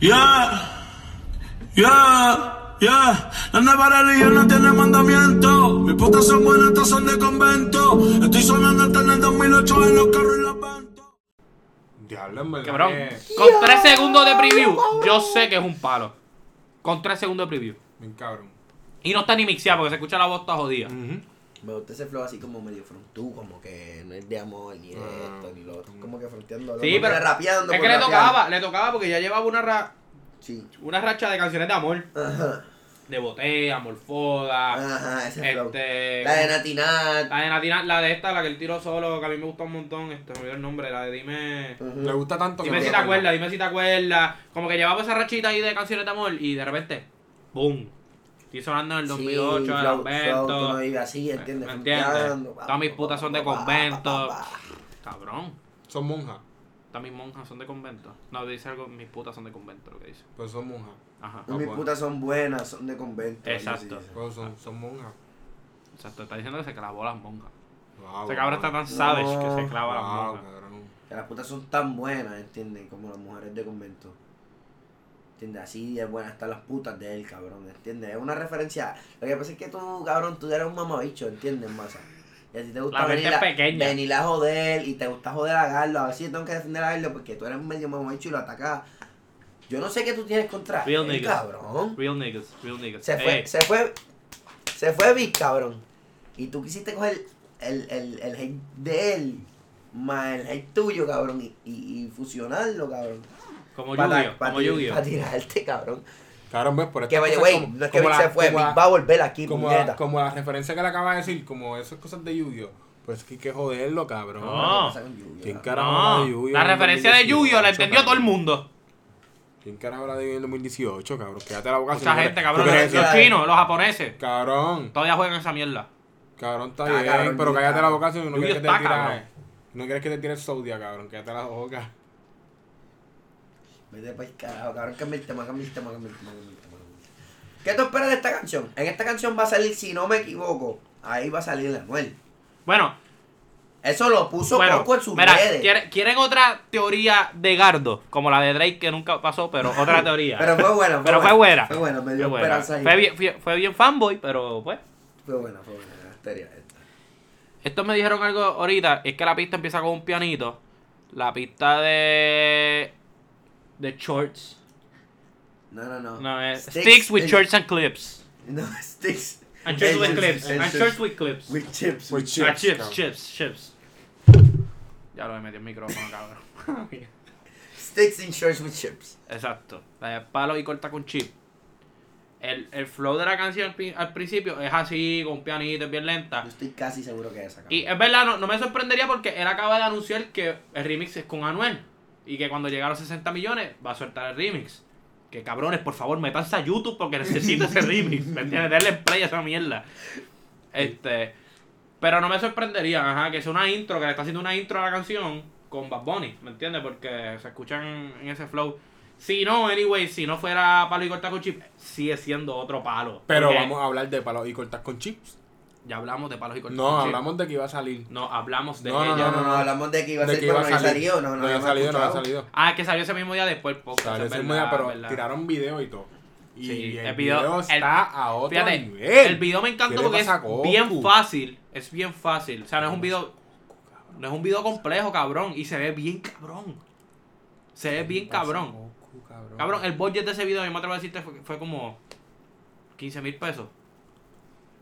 [SPEAKER 5] Yeah. Yeah. Yeah. Anda para religión no tiene mandamiento. Mis putas son buenas, estas son de convento. Estoy sonando hasta en el 2008 en los carros y la venta.
[SPEAKER 3] Diablo, en verdad.
[SPEAKER 2] Cabrón,
[SPEAKER 3] que-
[SPEAKER 2] con 3 segundos de preview, yo sé que es un palo. Con 3 segundos de preview.
[SPEAKER 3] Bien cabrón.
[SPEAKER 2] Y no está ni mixeada porque se escucha la voz toda jodida.
[SPEAKER 1] Mm. Me gusta ese flow así como medio frontú, como que no es de amor ni esto ni lo otro. Como que fronteando.
[SPEAKER 2] Ah. Sí,
[SPEAKER 1] como
[SPEAKER 2] pero.
[SPEAKER 1] rapeando.
[SPEAKER 2] es
[SPEAKER 1] por
[SPEAKER 2] que le
[SPEAKER 1] rapear.
[SPEAKER 2] tocaba, le tocaba porque ya llevaba una, ra-
[SPEAKER 1] Sí.
[SPEAKER 2] una racha de canciones de amor.
[SPEAKER 1] Ajá.
[SPEAKER 2] De botea, morfoda.
[SPEAKER 1] Ajá, Ah, ese flow.
[SPEAKER 2] Ah, Este.
[SPEAKER 1] La de Natinat.
[SPEAKER 2] La de Natina- la de esta, la que el tiro solo, que a mí me gusta un montón. Este, me olvidó el nombre, la de Dime.
[SPEAKER 3] Le gusta tanto
[SPEAKER 2] Dime
[SPEAKER 3] no
[SPEAKER 2] si te
[SPEAKER 3] se acuerda.
[SPEAKER 2] acuerdas, dime si te acuerdas. Como que llevaba esa rachita ahí de canciones de amor y de repente, ¡boom! Estoy sonando en el 2008, el
[SPEAKER 1] flow, flow, tú no
[SPEAKER 2] convento.
[SPEAKER 1] vives así, ¿entiendes?
[SPEAKER 2] ¿Me entiendes?
[SPEAKER 1] Fronteando, pa,
[SPEAKER 2] Todas mis
[SPEAKER 1] pa,
[SPEAKER 2] putas
[SPEAKER 1] pa,
[SPEAKER 2] son
[SPEAKER 1] pa,
[SPEAKER 2] de
[SPEAKER 1] pa, pa, pa,
[SPEAKER 2] convento.
[SPEAKER 1] pa.
[SPEAKER 2] Cabrón,
[SPEAKER 3] Son monjas.
[SPEAKER 2] todas mis monjas son de convento. No, dice algo, mis putas son de convento, lo que dice.
[SPEAKER 3] Pues son monjas.
[SPEAKER 2] Ajá,
[SPEAKER 1] Mis
[SPEAKER 3] bueno.
[SPEAKER 1] putas son buenas, son de convento. algo así
[SPEAKER 2] Exacto.
[SPEAKER 1] dice.
[SPEAKER 3] Pues son, son monjas.
[SPEAKER 2] exacto, está diciendo que se clavó las monjas.
[SPEAKER 3] Wow,
[SPEAKER 2] Ese cabrón está tan
[SPEAKER 1] No.
[SPEAKER 2] savage que se clava las
[SPEAKER 3] Wow,
[SPEAKER 2] monjas.
[SPEAKER 3] cabrón.
[SPEAKER 1] Que las putas son tan buenas, ¿entiendes? Como las mujeres de convento. ¿Entiendes? Así de buenas están las putas de él, cabrón, ¿entiendes? Es una referencia. Lo que pasa es que tú, cabrón, tú eres un mamabicho, ¿entiendes, masa? Y así te gusta
[SPEAKER 2] La mente
[SPEAKER 1] venir
[SPEAKER 2] es
[SPEAKER 1] a,
[SPEAKER 2] pequeña.
[SPEAKER 1] venir a joder y te gusta joder a Garlo. A ver si yo tengo que defender a Garlo porque tú eres un medio mamabicho y lo atacas. Yo no sé qué tú tienes contra
[SPEAKER 2] Real
[SPEAKER 1] él,
[SPEAKER 2] niggas.
[SPEAKER 1] cabrón.
[SPEAKER 2] Real niggas, real niggas.
[SPEAKER 1] Se fue,
[SPEAKER 2] Ey,
[SPEAKER 1] se fue, se fue Big, cabrón. Y tú quisiste coger el, el, el hate de él, más el hate tuyo, cabrón, y, y, y fusionarlo, cabrón.
[SPEAKER 2] como Yu-Gi-oh,
[SPEAKER 1] para
[SPEAKER 2] como Yu-Gi-Oh.
[SPEAKER 1] tirarte, cabrón.
[SPEAKER 3] Cabrón, ves, por
[SPEAKER 1] Que
[SPEAKER 3] estas
[SPEAKER 1] vaya,
[SPEAKER 3] cosas
[SPEAKER 1] güey,
[SPEAKER 3] como-
[SPEAKER 1] no es que
[SPEAKER 3] como
[SPEAKER 1] Big
[SPEAKER 3] la-
[SPEAKER 1] se fue,
[SPEAKER 3] como
[SPEAKER 1] Big
[SPEAKER 3] la-
[SPEAKER 1] va a volver aquí,
[SPEAKER 3] como
[SPEAKER 1] puñeta.
[SPEAKER 3] la, como la referencia que le acaba de decir, como esas cosas de Yu-Gi-Oh! Pues que hay que joderlo, cabrón.
[SPEAKER 2] No.
[SPEAKER 1] ¿Qué pasa con Yu-Gi-Oh,
[SPEAKER 3] ¿Quién
[SPEAKER 1] cabrón?
[SPEAKER 3] carajo habla
[SPEAKER 2] No,
[SPEAKER 3] de Yu-Gi-Oh!
[SPEAKER 2] la
[SPEAKER 3] en
[SPEAKER 2] referencia de
[SPEAKER 3] 2018,
[SPEAKER 2] Yu-Gi-Oh la entendió todo el
[SPEAKER 3] cabrón?
[SPEAKER 2] mundo.
[SPEAKER 3] ¿Quién carajo habla de Yu-Gi-Oh! en 2018, cabrón? Quédate la boca.
[SPEAKER 2] Mucha
[SPEAKER 3] si no
[SPEAKER 2] gente,
[SPEAKER 3] quieres-
[SPEAKER 2] cabrón.
[SPEAKER 3] ¿Tú
[SPEAKER 2] Los,
[SPEAKER 3] crees
[SPEAKER 1] que-
[SPEAKER 2] los chinos, los japoneses,
[SPEAKER 3] Cabrón,
[SPEAKER 2] todavía juegan esa mierda.
[SPEAKER 3] cabrón, está
[SPEAKER 1] Ah,
[SPEAKER 3] bien,
[SPEAKER 1] cabrón,
[SPEAKER 3] pero
[SPEAKER 1] Yu-Gi-Oh,
[SPEAKER 3] cállate la
[SPEAKER 1] cabrón.
[SPEAKER 3] boca si no
[SPEAKER 2] Yu-Gi-Oh
[SPEAKER 3] quieres que te
[SPEAKER 2] está,
[SPEAKER 3] tire.
[SPEAKER 2] cabrón.
[SPEAKER 3] No quieres que te tire Saudia, cabrón, quédate la boca.
[SPEAKER 1] Vete para el carajo, cabrón, cambia el tema, cambia el tema, cambia el tema, cambia el tema. cambia el tema. ¿Qué tú esperas de esta canción? En esta canción va a salir, si no me equivoco, ahí va a salir la Anuel.
[SPEAKER 2] Bueno,
[SPEAKER 1] Eso lo puso
[SPEAKER 2] bueno,
[SPEAKER 1] Coco en sus
[SPEAKER 2] mira,
[SPEAKER 1] redes.
[SPEAKER 2] ¿quiere- ¿quieren otra teoría de Gardo? Como la de Drake que nunca pasó, pero otra teoría.
[SPEAKER 1] Pero fue buena, fue
[SPEAKER 2] Pero
[SPEAKER 1] buena.
[SPEAKER 2] fue buena.
[SPEAKER 1] Fue buena, me dio
[SPEAKER 2] Fue buena.
[SPEAKER 1] esperanza ahí.
[SPEAKER 2] Fue bien, fue- fue bien fanboy, pero pues.
[SPEAKER 1] Fue buena, fue buena. La teoría esta.
[SPEAKER 2] Estos me dijeron algo ahorita, es que la pista empieza con un pianito. La pista de. de shorts.
[SPEAKER 1] No, no, no.
[SPEAKER 2] No, es. Sticks with
[SPEAKER 1] Ah. and-
[SPEAKER 2] shorts and clips.
[SPEAKER 1] No, sticks.
[SPEAKER 2] And shorts with clips. And shorts with clips.
[SPEAKER 1] With Pues chips.
[SPEAKER 3] With
[SPEAKER 1] with-
[SPEAKER 3] chips,
[SPEAKER 2] Ah, chips,
[SPEAKER 3] cabrón.
[SPEAKER 2] chips, chips. Ya lo he metido en el micrófono, cabrón.
[SPEAKER 1] Sticks and shorts with chips.
[SPEAKER 2] Exacto. La de palo y corta con chip. El, el flow de la canción al, pri- al principio es así, con pianito, es bien lenta.
[SPEAKER 1] Yo estoy casi seguro que es esa.
[SPEAKER 2] Ah. Y
[SPEAKER 1] cabrón.
[SPEAKER 2] es verdad, no, no me sorprendería porque él acaba de anunciar que el remix es con Anuel. Y que cuando llegue a los 60 millones va a soltar el remix. Que cabrones, por favor, metanse a YouTube porque necesito ese remix. ¿Me entiendes? Denle play a esa mierda. Este. Pero no me sorprendería, ajá, que sea una intro, que le está haciendo una intro a la canción con Bad Bunny, ¿me entiendes? Porque se escuchan en ese flow. Si no, anyway, si no fuera palo y corta con chip, sigue siendo otro palo.
[SPEAKER 3] Pero
[SPEAKER 2] Porque
[SPEAKER 3] vamos a hablar de palos y cortas con chips.
[SPEAKER 2] Ya hablamos de palos y corta
[SPEAKER 3] No,
[SPEAKER 2] con chip.
[SPEAKER 3] hablamos de que iba a salir.
[SPEAKER 2] No, hablamos de
[SPEAKER 3] No, no,
[SPEAKER 2] ella.
[SPEAKER 1] No, no, no, hablamos de que iba a
[SPEAKER 3] De
[SPEAKER 1] ser,
[SPEAKER 3] que iba
[SPEAKER 1] pero
[SPEAKER 3] a
[SPEAKER 1] no había
[SPEAKER 3] salir.
[SPEAKER 1] salido. No,
[SPEAKER 3] No había salido, no había
[SPEAKER 1] escuchado.
[SPEAKER 3] salido.
[SPEAKER 2] Ah, que salió ese mismo día después el podcast.
[SPEAKER 3] Salió
[SPEAKER 2] eso es
[SPEAKER 3] ese
[SPEAKER 2] verdad,
[SPEAKER 3] día, pero
[SPEAKER 2] verdad.
[SPEAKER 3] tiraron video y todo. Y
[SPEAKER 2] Sí,
[SPEAKER 3] el,
[SPEAKER 2] el
[SPEAKER 3] video,
[SPEAKER 2] video-
[SPEAKER 3] está
[SPEAKER 2] el-
[SPEAKER 3] a otro
[SPEAKER 2] Fíjate,
[SPEAKER 3] nivel.
[SPEAKER 2] el video me
[SPEAKER 3] ¿Qué
[SPEAKER 2] encanta
[SPEAKER 3] le
[SPEAKER 2] porque es
[SPEAKER 3] pasa a Goku?
[SPEAKER 2] bien fácil. Es bien fácil. O sea, no es un video. No es un video complejo, cabrón. Y se ve bien cabrón. Se ve bien cabrón.
[SPEAKER 3] Goku, cabrón.
[SPEAKER 2] Cabrón, el budget de ese video, yo me atrevo a decirte, fue, fue como 15 mil pesos.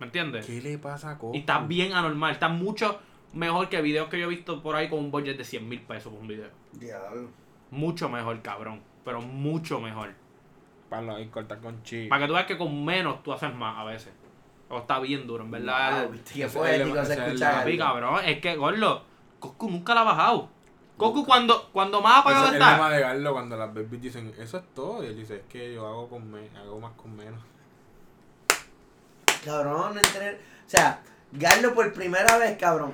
[SPEAKER 2] ¿Me entiendes?
[SPEAKER 3] ¿Qué le pasa a Goku?
[SPEAKER 2] Y está bien anormal. Está mucho mejor que videos que yo he visto por ahí con un budget de 100 mil pesos por un video.
[SPEAKER 1] Diablo.
[SPEAKER 2] Mucho mejor, cabrón. Pero mucho mejor.
[SPEAKER 3] Palo ahí, cortar con chip.
[SPEAKER 2] Para que tú veas que con menos tú haces más a veces. O está bien duro, en verdad.
[SPEAKER 1] Wow, viste, Qué
[SPEAKER 3] Ese es el-
[SPEAKER 1] poético se
[SPEAKER 3] ese es el-
[SPEAKER 1] escucha.
[SPEAKER 2] Papi,
[SPEAKER 1] algo.
[SPEAKER 2] cabrón, es que, gordo, Coscu nunca la ha bajado. Coscu, cuando, cuando más
[SPEAKER 3] Ese
[SPEAKER 2] apagado
[SPEAKER 3] es el
[SPEAKER 2] está,
[SPEAKER 3] tema de Garlo cuando las babies dicen, eso es todo. Y él dice, es que yo hago, con me- hago más con menos.
[SPEAKER 1] Cabrón, entre... O sea, Garlo por primera vez, cabrón,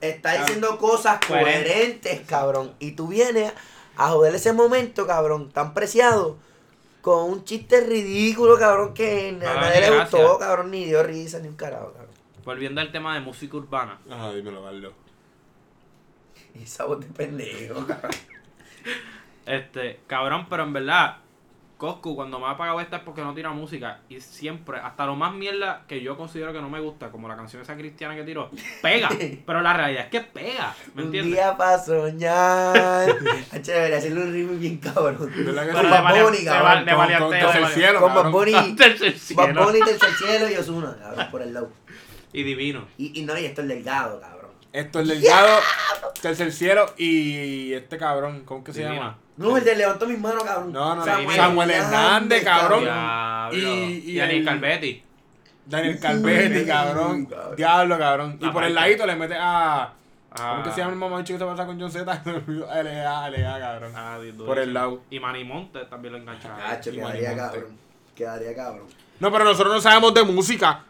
[SPEAKER 1] está
[SPEAKER 2] Cabrón.
[SPEAKER 1] diciendo cosas
[SPEAKER 2] Ah, Coherente.
[SPEAKER 1] coherentes, cabrón. Y tú vienes a joder ese momento, cabrón, tan preciado, con un chiste ridículo, cabrón, que a
[SPEAKER 2] Ah,
[SPEAKER 1] nadie
[SPEAKER 2] ni
[SPEAKER 1] le gustó,
[SPEAKER 2] gracia.
[SPEAKER 1] cabrón, ni dio risa, ni un carajo, cabrón.
[SPEAKER 2] volviendo al tema de música urbana.
[SPEAKER 3] Ajá, dímelo, Carlos.
[SPEAKER 1] Y esa voz de pendejo.
[SPEAKER 2] Este, cabrón, pero en verdad, Coscu cuando me ha apagado esta es porque no tira música. Y siempre, hasta lo más mierda que yo considero que no me gusta, como la canción esa cristiana que tiró, pega. pero la realidad es que pega. ¿Me
[SPEAKER 1] un
[SPEAKER 2] entiendes?
[SPEAKER 1] día para soñar. Hacho, debería hacerle un ritmo bien cabrón.
[SPEAKER 3] ¿Verdad que
[SPEAKER 1] Con
[SPEAKER 3] sí?
[SPEAKER 1] Bad
[SPEAKER 2] vale-
[SPEAKER 1] Bunny,
[SPEAKER 2] de
[SPEAKER 1] cabrón.
[SPEAKER 2] vale-
[SPEAKER 3] Con-
[SPEAKER 2] valió
[SPEAKER 3] con-
[SPEAKER 2] teo,
[SPEAKER 3] con
[SPEAKER 2] le
[SPEAKER 3] el
[SPEAKER 2] valió-
[SPEAKER 3] cielo,
[SPEAKER 1] Con Bad
[SPEAKER 3] cabrón.
[SPEAKER 1] Bunny.
[SPEAKER 2] Tercer
[SPEAKER 1] Bad
[SPEAKER 2] cielo.
[SPEAKER 1] Bunny, Tercer Cielo y Ozuna, cabrón, por el lado.
[SPEAKER 2] Y divino.
[SPEAKER 1] Y, y no, y esto es delgado, cabrón.
[SPEAKER 3] Esto es Delgado, Tercer Cielo y este cabrón, ¿cómo que se
[SPEAKER 2] Divino.
[SPEAKER 3] llama?
[SPEAKER 1] No, el de levantó mis manos, cabrón.
[SPEAKER 3] No, no, no.
[SPEAKER 2] Samuel
[SPEAKER 3] Samuel Hernández, cabrón.
[SPEAKER 2] Diablo.
[SPEAKER 3] Y- y
[SPEAKER 2] Y, Ariel
[SPEAKER 3] el-
[SPEAKER 2] Calvetti.
[SPEAKER 3] Daniel Calvetti,
[SPEAKER 1] Uh,
[SPEAKER 3] cabrón.
[SPEAKER 1] cabrón.
[SPEAKER 3] Diablo, cabrón. Y
[SPEAKER 2] La
[SPEAKER 3] por el
[SPEAKER 2] marca.
[SPEAKER 3] ladito le mete a. ¿Cómo que
[SPEAKER 2] Ah,
[SPEAKER 3] se llama el mamá chico que se pasa con John Z? LA, LA, cabrón.
[SPEAKER 2] ah, durísimo.
[SPEAKER 3] Por el lado.
[SPEAKER 2] Y Manny Montes también lo engancharon.
[SPEAKER 1] Hacho,
[SPEAKER 3] Y
[SPEAKER 1] quedaría
[SPEAKER 3] Marimonte.
[SPEAKER 1] cabrón. Quedaría cabrón.
[SPEAKER 3] No, pero nosotros no sabemos de música.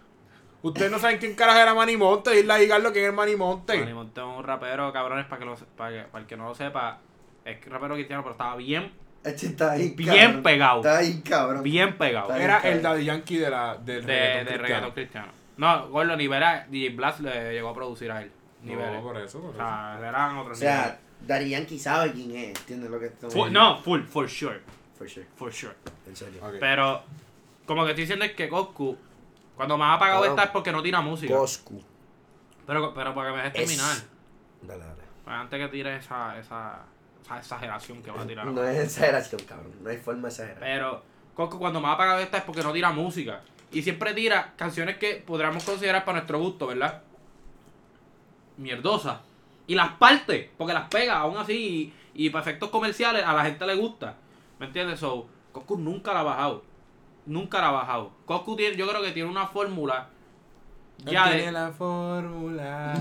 [SPEAKER 3] Ustedes no saben quién carajo era Manny Monte. Irla a lo quién es Manny
[SPEAKER 2] Manny
[SPEAKER 3] Monte.
[SPEAKER 2] Montes es un rapero, cabrones, para que lo se- para que- para el que no lo sepa, es rapero cristiano, pero estaba bien,
[SPEAKER 1] Hacho, Este está ahí,
[SPEAKER 2] Bien
[SPEAKER 1] cabrón.
[SPEAKER 2] pegado.
[SPEAKER 1] Está ahí, cabrón.
[SPEAKER 2] bien pegado.
[SPEAKER 1] Está
[SPEAKER 3] Era el Daddy Yankee de la,
[SPEAKER 2] de,
[SPEAKER 3] del
[SPEAKER 2] reggaetón, de reggaetón
[SPEAKER 3] reggaetón
[SPEAKER 2] cristiano. No, Gordo Nivera, DJ Blast le llegó a producir a él.
[SPEAKER 3] cristiano.
[SPEAKER 2] Niveles.
[SPEAKER 3] No, por eso, por
[SPEAKER 2] o
[SPEAKER 3] eso.
[SPEAKER 2] sea, eran
[SPEAKER 1] O
[SPEAKER 2] otros
[SPEAKER 1] sea, Daddy Yankee sabe quién es, ¿entiendes lo que estoy
[SPEAKER 2] niveles. Full- no, full, for sure,
[SPEAKER 1] For sure,
[SPEAKER 2] for sure.
[SPEAKER 1] en serio.
[SPEAKER 3] Ok.
[SPEAKER 2] Pero, como que estoy diciendo es que Coscu, cuando me ha apagado
[SPEAKER 1] Cabrón.
[SPEAKER 2] esta es porque no tira música.
[SPEAKER 1] Coscu.
[SPEAKER 2] Pero, pero para que me dejes terminar.
[SPEAKER 1] Es... Dale, dale.
[SPEAKER 2] Antes que tire esa, esa, esa exageración que va a tirar.
[SPEAKER 1] No es exageración, cabrón. No hay forma de exagerar.
[SPEAKER 2] Pero Coco cuando me ha apagado esta es porque no tira música. Y siempre tira canciones que podríamos considerar para nuestro gusto, ¿verdad? Mierdosas. Y las parte, porque las pega aún así. Y, y para efectos comerciales a la gente le gusta. ¿Me entiendes? So, Coscu nunca la ha bajado. Nunca la ha bajado. Coscu tiene, yo creo que tiene una fórmula.
[SPEAKER 3] Él
[SPEAKER 2] Ya
[SPEAKER 3] tiene
[SPEAKER 2] de.
[SPEAKER 3] la fórmula.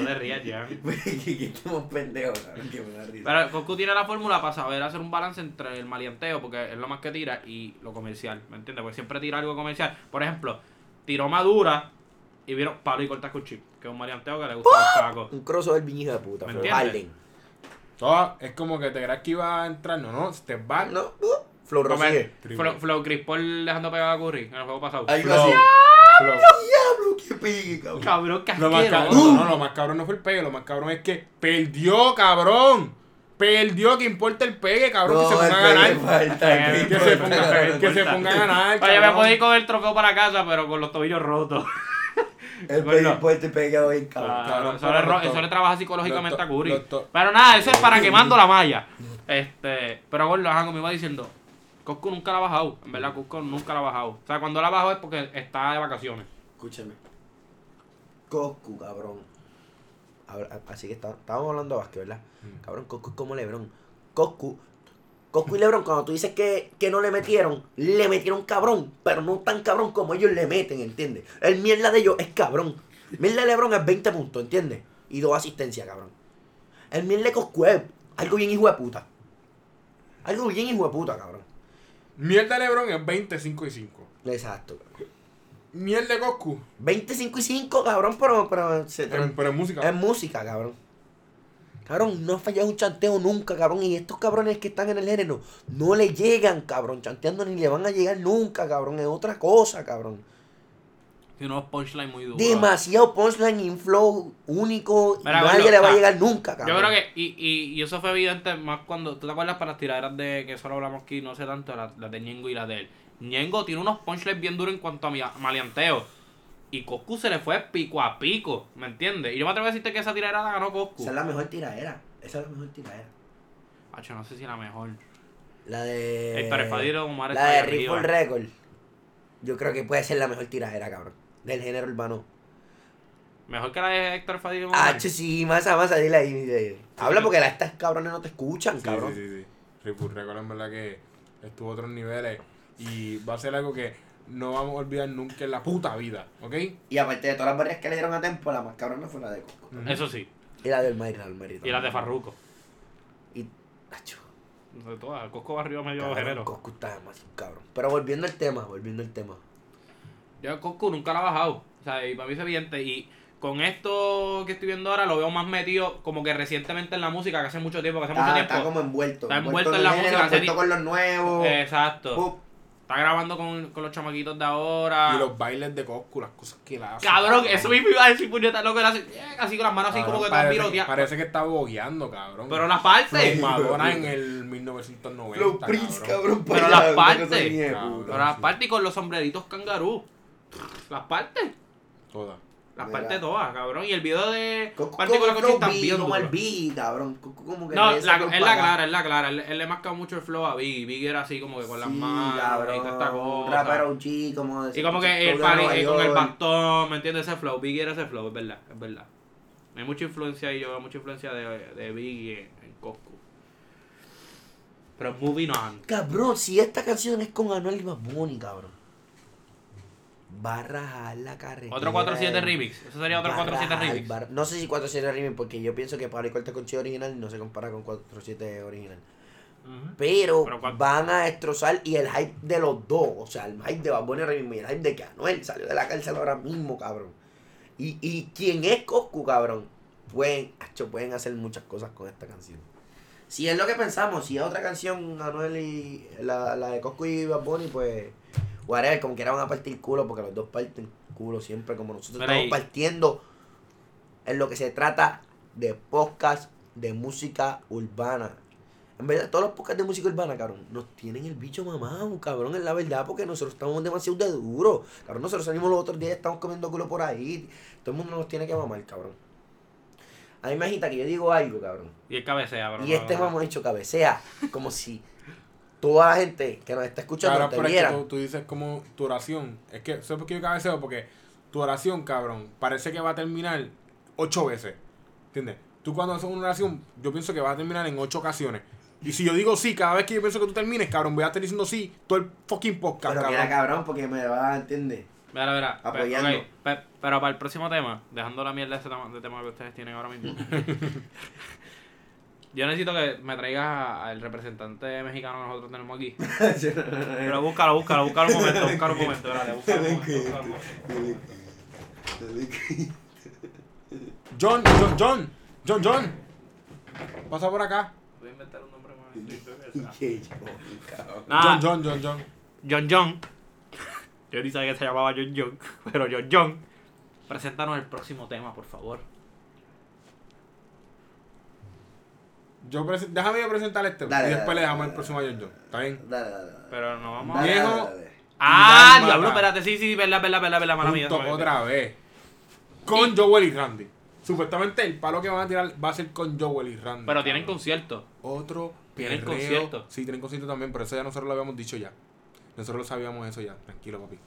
[SPEAKER 2] No te rías, ya.
[SPEAKER 1] que estamos pendejos, cabrón, que me da risa.
[SPEAKER 2] Pero Coscu tiene la fórmula para saber hacer un balance entre el maleanteo, porque es lo más que tira, y lo comercial, ¿me entiendes? Porque siempre tira algo comercial. Por ejemplo, tiró Madura y vieron Pablo y Cortas con Chip, que es un maleanteo que le gusta a los pacos.
[SPEAKER 1] Un crossover bien hijo de puta.
[SPEAKER 2] ¿Me
[SPEAKER 1] Fue
[SPEAKER 2] entiendes?
[SPEAKER 1] Harden.
[SPEAKER 3] Todo, Oh, es como que te creas que iba a entrar. No, no, te va.
[SPEAKER 1] No, uh, Flow Rosier.
[SPEAKER 2] Flow Flo Chris Paul dejando pegada a Curry en el juego pasado.
[SPEAKER 1] Algo
[SPEAKER 3] Flow.
[SPEAKER 1] así.
[SPEAKER 3] Flow.
[SPEAKER 1] ¡Diablo, qué pique, cabrón!
[SPEAKER 2] Cabrón,
[SPEAKER 3] Lo más cabrón,
[SPEAKER 2] casquero.
[SPEAKER 3] no, no, lo más cabrón no fue el pegue, lo más cabrón es que perdió, cabrón. Perdió, que importa el pegue, cabrón, que se ponga a
[SPEAKER 1] el
[SPEAKER 3] ganar.
[SPEAKER 1] pegue falta, el
[SPEAKER 2] Que
[SPEAKER 1] pegue
[SPEAKER 3] Que se
[SPEAKER 1] falta,
[SPEAKER 3] ponga,
[SPEAKER 1] cabrón.
[SPEAKER 3] que se ponga a ganar.
[SPEAKER 2] Eh, Oye, me
[SPEAKER 3] cabrón.
[SPEAKER 2] puedo ir con el trofeo para casa, pero con los tobillos rotos.
[SPEAKER 1] El pues,
[SPEAKER 2] Bueno.
[SPEAKER 1] pegue fuerte, pegado bien, cabrón.
[SPEAKER 2] Claro,
[SPEAKER 3] cabrón,
[SPEAKER 2] Ah, eso, le
[SPEAKER 3] pero
[SPEAKER 2] ro-
[SPEAKER 3] los to-
[SPEAKER 2] eso le trabaja psicológicamente
[SPEAKER 3] los
[SPEAKER 2] a
[SPEAKER 3] to-
[SPEAKER 2] Curry.
[SPEAKER 3] los to-
[SPEAKER 2] Pero nada, eso es para quemando la malla. Este, pero Gordo, ajá, como iba diciendo, Cosco nunca la ha bajado. En verdad, Cosco nunca la ha bajado. O sea, cuando la bajó es porque está de vacaciones.
[SPEAKER 1] Escúchame. Coscu, cabrón. Ahora, Así que está- estábamos hablando de básquet, ¿verdad? Cabrón, Coscu es como Lebron. Coscu. Coscu y Lebron, cuando tú dices que, que no le metieron, le metieron cabrón, pero no tan cabrón como ellos le meten, ¿entiendes? El mierda de ellos es cabrón. Mierda de Lebron es 20 puntos, ¿entiendes? Y dos asistencias, cabrón. El mierda de Coscu es algo bien hijo de puta. Algo bien hijo de puta, cabrón.
[SPEAKER 3] Mierda Lebron es 25 y 5.
[SPEAKER 1] Exacto. cabrón.
[SPEAKER 3] Mierda Goku.
[SPEAKER 1] 25 y 5, cabrón, pero, pero se
[SPEAKER 3] Pero,
[SPEAKER 1] tran-
[SPEAKER 3] pero es música.
[SPEAKER 1] Es música, cabrón. Cabrón, no ha fallado un chanteo nunca, cabrón. Y estos cabrones que están en el género no le llegan, cabrón. Chanteando ni le van a llegar nunca, cabrón. Es otra cosa, cabrón.
[SPEAKER 2] Tiene unos punchline muy duros.
[SPEAKER 1] Demasiado punchline y un flow único.
[SPEAKER 2] Mira,
[SPEAKER 1] nadie
[SPEAKER 2] Gordo,
[SPEAKER 1] le va
[SPEAKER 2] o
[SPEAKER 1] a
[SPEAKER 2] sea,
[SPEAKER 1] llegar nunca,
[SPEAKER 2] Yo
[SPEAKER 1] cabrón.
[SPEAKER 2] creo que, y, y, y eso fue evidente más cuando, ¿tú te acuerdas para las tiraderas de que solo hablamos aquí, no sé tanto, la, la de Ñengo y la de él? Ñengo tiene unos punchlines bien duros en cuanto a mi- maleanteo. Y Coscu se le fue pico a pico, ¿me entiendes? Y yo me atrevo a decirte que esa tiradera la ganó Coscu.
[SPEAKER 1] Esa es la mejor tiradera. Esa es la mejor tiradera.
[SPEAKER 2] Acho, no sé si la mejor.
[SPEAKER 1] La de.
[SPEAKER 2] Héctor eh. Espadero, Omar
[SPEAKER 1] Eh, La de
[SPEAKER 2] Espadero
[SPEAKER 1] Rifle
[SPEAKER 2] arriba.
[SPEAKER 1] Record. Yo creo que puede ser la mejor tiradera, cabrón. Del género urbano.
[SPEAKER 2] Mejor que la de Héctor Fadil.
[SPEAKER 1] Ah, sí, masa, masa, dile ahí. dile. Habla porque la, estas cabrones no te escuchan,
[SPEAKER 3] Sí,
[SPEAKER 1] cabrón.
[SPEAKER 3] sí, sí, sí. Rifu Record en verdad que estuvo a otros niveles. Y va a ser algo que no vamos a olvidar nunca en la puta vida. ¿Ok?
[SPEAKER 1] Y aparte de todas las barreras que le dieron a Tempo, la más cabrona fue la de Coco.
[SPEAKER 2] Eso sí.
[SPEAKER 1] Y la del Mayra, el Mayra.
[SPEAKER 2] Y la de Farruko.
[SPEAKER 1] Y. Nacho.
[SPEAKER 2] De todas. Cosco Barrio medio
[SPEAKER 1] cabrón,
[SPEAKER 2] ojerero.
[SPEAKER 1] Coscu está más cabrón. Pero volviendo al tema, volviendo al tema.
[SPEAKER 2] Yo Cosco nunca la ha bajado. O sea, y para mí es evidente. Y con esto que estoy viendo ahora lo veo más metido como que recientemente en la música, que hace mucho tiempo, que hace mucho
[SPEAKER 1] Ah, Está, está
[SPEAKER 2] tiempo.
[SPEAKER 1] como envuelto.
[SPEAKER 2] Está envuelto en la
[SPEAKER 1] el género,
[SPEAKER 2] música, hace
[SPEAKER 1] Envuelto
[SPEAKER 2] ti-
[SPEAKER 1] con los nuevos.
[SPEAKER 2] Exacto.
[SPEAKER 1] Pup.
[SPEAKER 2] Está Está grabando con, con los chamaquitos de ahora.
[SPEAKER 3] Y los bailes de Coscu, las cosas que la hacen.
[SPEAKER 2] Cabrón, eso mismo iba a decir puñeta loco. él hace, eh, Así con las manos así
[SPEAKER 3] Cabrón,
[SPEAKER 2] como que todo
[SPEAKER 3] parece,
[SPEAKER 2] piroteado.
[SPEAKER 3] parece que está bogueando, cabrón.
[SPEAKER 2] Pero las partes.
[SPEAKER 3] Flow Madonna en el 1990.
[SPEAKER 1] Flow Prince, cabrón.
[SPEAKER 2] Pero
[SPEAKER 1] para allá,
[SPEAKER 2] las
[SPEAKER 1] una cosa
[SPEAKER 2] partes,
[SPEAKER 1] ni de
[SPEAKER 3] cabrón.
[SPEAKER 1] puta.
[SPEAKER 2] Pero las partes y con los sombreritos cangarú. Las partes.
[SPEAKER 3] Toda.
[SPEAKER 2] Las
[SPEAKER 1] Mira.
[SPEAKER 2] partes todas, cabrón. Y el video de
[SPEAKER 1] Coscu
[SPEAKER 2] parte con la
[SPEAKER 1] como
[SPEAKER 2] coche
[SPEAKER 1] Flow
[SPEAKER 2] está
[SPEAKER 1] B,
[SPEAKER 2] bien
[SPEAKER 1] como
[SPEAKER 2] duro.
[SPEAKER 1] al B, cabrón. Coscu como que
[SPEAKER 2] No,
[SPEAKER 1] regresa
[SPEAKER 2] la-
[SPEAKER 1] con
[SPEAKER 2] es la
[SPEAKER 1] para acá.
[SPEAKER 2] clara, es la clara. Él, él le marcaba mucho el flow a Biggie. Biggie era así como que con las
[SPEAKER 1] Sí,
[SPEAKER 2] manos y toda esta
[SPEAKER 1] cabrón.
[SPEAKER 2] cosa.
[SPEAKER 1] Rapper OG, como
[SPEAKER 2] Y como que el party eh, con el bastón, ¿me entiendes? Ese flow, Biggie era ese flow, es verdad, es verdad. Hay mucha influencia ahí, yo veo mucha influencia de, de Biggie en, en Coscu. Pero moving on.
[SPEAKER 1] Cabrón, si esta canción es con Anuel y Bad Bunny, cabrón. Va a rajar la carretera.
[SPEAKER 2] Otro 4-7
[SPEAKER 1] el-
[SPEAKER 2] remix. Eso sería otro
[SPEAKER 1] va a
[SPEAKER 2] 4-7
[SPEAKER 1] rajar,
[SPEAKER 2] remix.
[SPEAKER 1] va a- No sé si 4-7 remix, porque yo pienso que Pablo y Corta con Chido original no se compara con 4-7 original.
[SPEAKER 2] Ujú.
[SPEAKER 1] Pero,
[SPEAKER 2] Pero cuatro-
[SPEAKER 1] van a destrozar y el hype de los dos, o sea, el hype de Bad Bunny ahora mismo y el hype de que Anuel salió de la cárcel ahora mismo, cabrón. Y, y quién es Coscu, cabrón, pueden, acho, pueden hacer muchas cosas con esta canción. Si es lo que pensamos, si es otra canción, Anuel y la, la de Coscu y Bad Bunny, pues, whatever, como quiera van a partir culo, porque los dos parten culo siempre, como nosotros
[SPEAKER 2] Mira
[SPEAKER 1] estamos
[SPEAKER 2] ahí.
[SPEAKER 1] partiendo en lo que se trata de podcast de música urbana. En verdad, todos los podcasts de música urbana, cabrón, nos tienen el bicho mamado, cabrón, es la verdad, porque nosotros estamos demasiado de duro. Cabrón, nosotros salimos los otros días, estamos comiendo culo por ahí. Todo el mundo nos tiene que mamar, cabrón. A mí me agita que yo digo algo, cabrón.
[SPEAKER 2] Y el cabecea, bro.
[SPEAKER 1] Y este mamón hecho cabecea, como si toda la gente que nos está escuchando
[SPEAKER 3] Cabrón,
[SPEAKER 1] te
[SPEAKER 3] pero es que
[SPEAKER 1] viera.
[SPEAKER 3] tú, tú dices como tu oración. Es que, ¿sabes por qué yo cabeceo? Porque tu oración, cabrón, parece que va a terminar ocho veces. ¿Entiendes? Tú cuando haces una oración, yo pienso que va a terminar en ocho ocasiones. Y si yo digo sí, cada vez que yo pienso que tú termines, cabrón, voy a estar diciendo sí todo el fucking podcast,
[SPEAKER 1] Pero mira,
[SPEAKER 3] cabrón.
[SPEAKER 1] cabrón, porque me va a entender.
[SPEAKER 2] Mira, mira. pe-
[SPEAKER 1] Apoyando.
[SPEAKER 2] ok, pe- pero para el próximo tema, dejando la mierda de ese tema, de tema que ustedes tienen ahora mismo. Yo necesito que me traigas a- al representante mexicano que nosotros tenemos aquí. Pero búscalo, búscalo, búscalo un momento, búscalo un momento, dale, búscalo un momento. búscalo un momento.
[SPEAKER 3] John, John, John, John, John. Pasa por acá.
[SPEAKER 2] Voy a inventar un nombre más.
[SPEAKER 1] Qué chavo, cabrón.
[SPEAKER 2] Nada, John
[SPEAKER 3] John, John, John, John.
[SPEAKER 2] John. Yo ni sabía que se llamaba John John, pero John John. Preséntanos el próximo tema, por favor.
[SPEAKER 3] Yo presen- déjame yo presentar este.
[SPEAKER 1] Dale,
[SPEAKER 3] y después
[SPEAKER 1] dale,
[SPEAKER 3] le dejamos
[SPEAKER 1] dale,
[SPEAKER 3] el próximo a John John. ¿Está bien?
[SPEAKER 1] Dale, dale, dale.
[SPEAKER 2] Pero no vamos a...
[SPEAKER 1] Dale,
[SPEAKER 3] Viejo.
[SPEAKER 1] dale, dale.
[SPEAKER 2] Ah,
[SPEAKER 3] Dale,
[SPEAKER 2] diablo,
[SPEAKER 3] mamá.
[SPEAKER 2] espérate, sí, sí, verdad, verdad, verdad, verdad, mala mía.
[SPEAKER 3] Junto
[SPEAKER 2] sorry.
[SPEAKER 3] otra vez. Con Joel y Randy. Supuestamente el palo que van a tirar va a ser con Joel y Randy.
[SPEAKER 2] Pero tienen
[SPEAKER 3] concierto.
[SPEAKER 2] concierto.
[SPEAKER 3] Otro
[SPEAKER 2] Tienen
[SPEAKER 3] perreo.
[SPEAKER 2] concierto.
[SPEAKER 3] Sí, tienen concierto también, pero eso ya nosotros lo habíamos dicho ya. Nosotros lo sabíamos eso ya. Tranquilo, papi.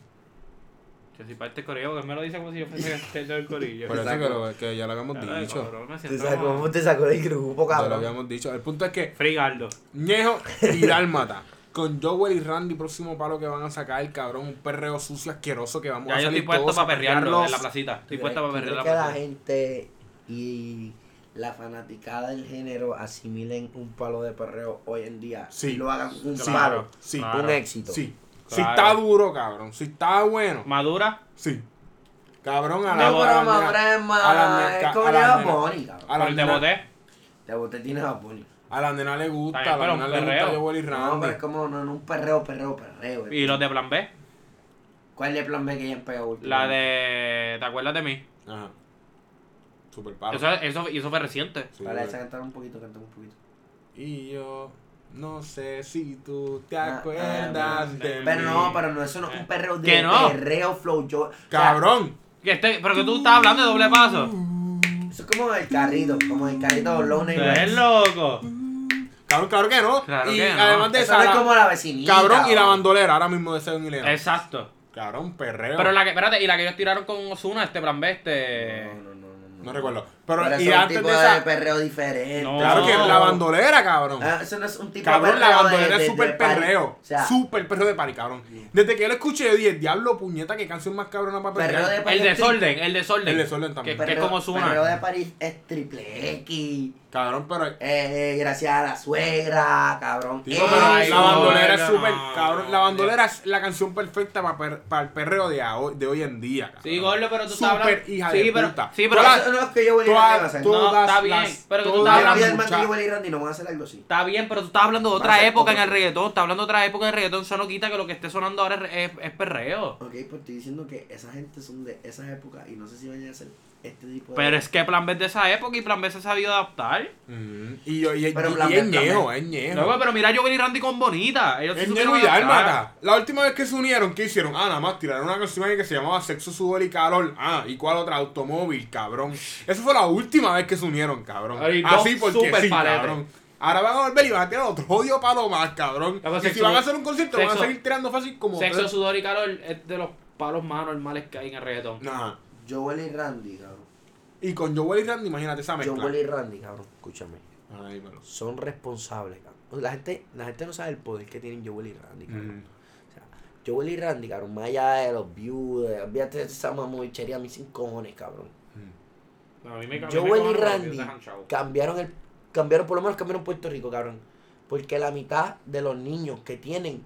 [SPEAKER 2] Yo soy parte del corillo, él me lo dice como si yo fuese el del corillo.
[SPEAKER 3] Por eso que, lo- que ya lo habíamos
[SPEAKER 2] Dale,
[SPEAKER 3] dicho.
[SPEAKER 2] cabrón, me
[SPEAKER 1] Te
[SPEAKER 2] siento
[SPEAKER 1] sacó,
[SPEAKER 2] como-
[SPEAKER 1] te sacó del grupo,
[SPEAKER 3] Ya lo
[SPEAKER 1] cabrón.
[SPEAKER 3] habíamos dicho. El punto es que
[SPEAKER 2] Frigaldo.
[SPEAKER 3] Ñejo y Dálmata. Con Joel y Randy, próximo palo que van a sacar, cabrón. Un perreo sucio, asqueroso que vamos
[SPEAKER 2] Ya
[SPEAKER 3] a
[SPEAKER 2] yo
[SPEAKER 3] salir
[SPEAKER 2] estoy puesto
[SPEAKER 3] todos a
[SPEAKER 2] para perrearlo en la
[SPEAKER 3] perrearlos.
[SPEAKER 2] placita. Estoy
[SPEAKER 1] ¿Tú
[SPEAKER 2] puesto para
[SPEAKER 1] crees- tú
[SPEAKER 2] perrearlo en la
[SPEAKER 1] crees que la
[SPEAKER 2] placita.
[SPEAKER 1] gente y la fanaticada del género asimilen un palo de perreo hoy en día
[SPEAKER 3] Sí.
[SPEAKER 1] y lo hagan un
[SPEAKER 3] Sí.
[SPEAKER 1] palo,
[SPEAKER 3] Sí.
[SPEAKER 2] Claro.
[SPEAKER 1] un éxito.
[SPEAKER 3] Sí. Si
[SPEAKER 2] Claro.
[SPEAKER 3] está duro, cabrón. Si está bueno.
[SPEAKER 2] Madura,
[SPEAKER 3] Sí. Cabrón, a la
[SPEAKER 1] No, pero
[SPEAKER 3] a la-
[SPEAKER 1] mabrema,
[SPEAKER 3] a la nena-
[SPEAKER 1] es como
[SPEAKER 3] a la
[SPEAKER 1] lleva
[SPEAKER 3] nena-
[SPEAKER 1] Bonnie, cabrón.
[SPEAKER 3] a la
[SPEAKER 2] por el de
[SPEAKER 3] nena-
[SPEAKER 2] boté.
[SPEAKER 1] La boté tiene a Bonnie.
[SPEAKER 3] A la nena le gusta,
[SPEAKER 2] Está
[SPEAKER 3] a
[SPEAKER 2] bien,
[SPEAKER 3] la
[SPEAKER 2] pero
[SPEAKER 3] nena
[SPEAKER 2] un
[SPEAKER 3] le gusta
[SPEAKER 2] perreo.
[SPEAKER 3] Joel y
[SPEAKER 1] No, pero es
[SPEAKER 3] Randy.
[SPEAKER 1] como no, no, un perreo, perreo, perreo.
[SPEAKER 2] Y los de plan B.
[SPEAKER 1] ¿Cuál es el plan B que ya han pegado?
[SPEAKER 2] La
[SPEAKER 1] últimamente?
[SPEAKER 2] de. ¿Te acuerdas de mí?
[SPEAKER 3] Ajá. Super palo.
[SPEAKER 2] Eso, eso, y eso fue reciente.
[SPEAKER 3] Sí,
[SPEAKER 1] Para
[SPEAKER 3] güey.
[SPEAKER 1] esa cantar un poquito, cantar un poquito.
[SPEAKER 3] Y yo no sé si tú te
[SPEAKER 1] Ah, ah,
[SPEAKER 3] acuerdas
[SPEAKER 1] bueno.
[SPEAKER 3] de
[SPEAKER 1] Pero
[SPEAKER 3] mí.
[SPEAKER 1] no, pero no, eso no es un perreo de
[SPEAKER 2] Que no.
[SPEAKER 1] perreo flow. Yo, o sea,
[SPEAKER 3] Cabrón.
[SPEAKER 2] Que este- pero que tú estás hablando de doble paso.
[SPEAKER 1] Eso es como el carrito, como el carrito de Lonely
[SPEAKER 2] Es loco.
[SPEAKER 3] Cabrón, claro que no.
[SPEAKER 2] Claro
[SPEAKER 3] y
[SPEAKER 2] que no.
[SPEAKER 3] además de
[SPEAKER 1] Eso no
[SPEAKER 3] esa,
[SPEAKER 1] es
[SPEAKER 3] la-
[SPEAKER 1] como la vecinita.
[SPEAKER 3] cabrón y la
[SPEAKER 1] o-
[SPEAKER 3] bandolera ahora mismo de Seven y Lena.
[SPEAKER 2] Exacto.
[SPEAKER 3] Cabrón, perreo.
[SPEAKER 2] Pero la que, espérate, y la que ellos tiraron con Osuna, este plan B, este.
[SPEAKER 1] No, no, no, no, no.
[SPEAKER 3] No recuerdo. Pero,
[SPEAKER 1] Pero
[SPEAKER 3] y
[SPEAKER 1] eso es un
[SPEAKER 3] antes
[SPEAKER 1] tipo
[SPEAKER 3] de
[SPEAKER 1] de
[SPEAKER 3] esa.
[SPEAKER 1] perreo diferente.
[SPEAKER 2] No.
[SPEAKER 3] Claro que la bandolera, cabrón.
[SPEAKER 1] Ah, eso no es un tipo
[SPEAKER 3] Cabrón,
[SPEAKER 1] de
[SPEAKER 3] la
[SPEAKER 1] perreo.
[SPEAKER 3] bandolera
[SPEAKER 1] de-
[SPEAKER 3] es
[SPEAKER 1] de-
[SPEAKER 3] súper
[SPEAKER 1] de party.
[SPEAKER 3] perreo.
[SPEAKER 1] O sea,
[SPEAKER 3] súper perreo de pari, cabrón. Desde que yo lo escuché, yo dije, diablo, puñeta, qué canción más cabrona para perrear.
[SPEAKER 1] Perreo de
[SPEAKER 2] El desorden, el desorden.
[SPEAKER 3] El desorden también.
[SPEAKER 2] Que, que es como Osuna.
[SPEAKER 1] Perreo de París es triple X.
[SPEAKER 3] Cabrón, pero.
[SPEAKER 1] Eh, gracias a la suegra, cabrón.
[SPEAKER 3] Tipo,
[SPEAKER 1] Eh,
[SPEAKER 3] pero
[SPEAKER 2] Ay,
[SPEAKER 3] la
[SPEAKER 2] no,
[SPEAKER 3] bandolera es
[SPEAKER 2] no,
[SPEAKER 3] súper.
[SPEAKER 2] no,
[SPEAKER 3] Cabrón, la
[SPEAKER 2] no.
[SPEAKER 3] bandolera es la canción perfecta para, para el perreo de, aho- de hoy en día. Cabrón.
[SPEAKER 2] Sí, gordo, pero tú estás
[SPEAKER 3] Súper
[SPEAKER 2] hablando-
[SPEAKER 3] hija
[SPEAKER 2] sí,
[SPEAKER 3] de
[SPEAKER 2] pero-
[SPEAKER 3] puta.
[SPEAKER 2] sí, pero
[SPEAKER 3] Todas-
[SPEAKER 1] eso no es que yo voy a ir a
[SPEAKER 3] todas,
[SPEAKER 1] hacer.
[SPEAKER 2] No,
[SPEAKER 3] todas
[SPEAKER 2] está bien,
[SPEAKER 3] las-
[SPEAKER 2] pero que tú
[SPEAKER 3] todas
[SPEAKER 2] estás
[SPEAKER 1] La
[SPEAKER 3] las
[SPEAKER 1] vida
[SPEAKER 2] hablando-
[SPEAKER 1] del man que
[SPEAKER 3] muchachas-
[SPEAKER 1] yo voy a ir Randy no van a hacer algo así.
[SPEAKER 2] Está bien, pero tú estás hablando de
[SPEAKER 1] Va a
[SPEAKER 2] otra
[SPEAKER 1] ser
[SPEAKER 2] época en
[SPEAKER 1] otro.
[SPEAKER 2] el reggaetón. Estás hablando de otra época en el reggaetón. Eso no quita que lo que esté sonando ahora es, es- es perreo.
[SPEAKER 1] Ok, pues estoy diciendo que esa gente son de esas épocas y no sé si van a hacer este tipo de.
[SPEAKER 2] Pero es que Plan B es de esa época y Plan B se ha sabido adaptar.
[SPEAKER 3] Ujú. Mm, Y, yo, y, y-
[SPEAKER 1] Pero
[SPEAKER 3] y
[SPEAKER 1] Plan B,
[SPEAKER 3] es
[SPEAKER 1] Plan B.
[SPEAKER 3] ñejo, es ñejo.
[SPEAKER 2] Luego, pero mira Joven y Randy con Bonita. Ellos se
[SPEAKER 3] Es
[SPEAKER 2] supieron
[SPEAKER 3] Nero y
[SPEAKER 2] adaptar.
[SPEAKER 3] Dálmata. La última vez que se unieron, ¿qué hicieron? Ah, nada más tiraron una canción ahí que se llamaba Sexo, Sudor y Calor. Ah, ¿y cuál otra? Automóvil, cabrón. Esa fue la última vez que se unieron, cabrón.
[SPEAKER 2] Ay, dos
[SPEAKER 3] Así porque
[SPEAKER 2] super
[SPEAKER 3] sí,
[SPEAKER 2] paletes.
[SPEAKER 3] cabrón. Ahora van a volver y van a tirar otro odio palo más, cabrón.
[SPEAKER 2] Luego,
[SPEAKER 3] Y si
[SPEAKER 2] sexo-
[SPEAKER 3] van a hacer un concierto, van a
[SPEAKER 2] sexo-
[SPEAKER 3] seguir tirando fácil como...
[SPEAKER 2] Sexo, sudor y calor es de los palos más normales que hay en el reggaetón.
[SPEAKER 3] Ajá.
[SPEAKER 1] Joel y Randy, cabrón.
[SPEAKER 3] Y con Joel y Randy, imagínate esa mezcla.
[SPEAKER 1] Joel y Randy, cabrón. Escúchame.
[SPEAKER 3] Ay, pero...
[SPEAKER 1] Son responsables, cabrón. La gente, la gente no sabe el poder que tienen Joel y Randy, cabrón.
[SPEAKER 3] Mm.
[SPEAKER 1] Joel y Randy, cabrón, más allá de los views, de- olvídate de esa mamuchería a mí sin cojones, cabrón.
[SPEAKER 2] A mí me a mí
[SPEAKER 1] Joel
[SPEAKER 2] me
[SPEAKER 1] y
[SPEAKER 2] cojonan cuando
[SPEAKER 1] Randy
[SPEAKER 2] dejan chavo.
[SPEAKER 1] cambiaron el, cambiaron, por lo menos cambiaron Puerto Rico, cabrón. Porque la mitad de los niños que tienen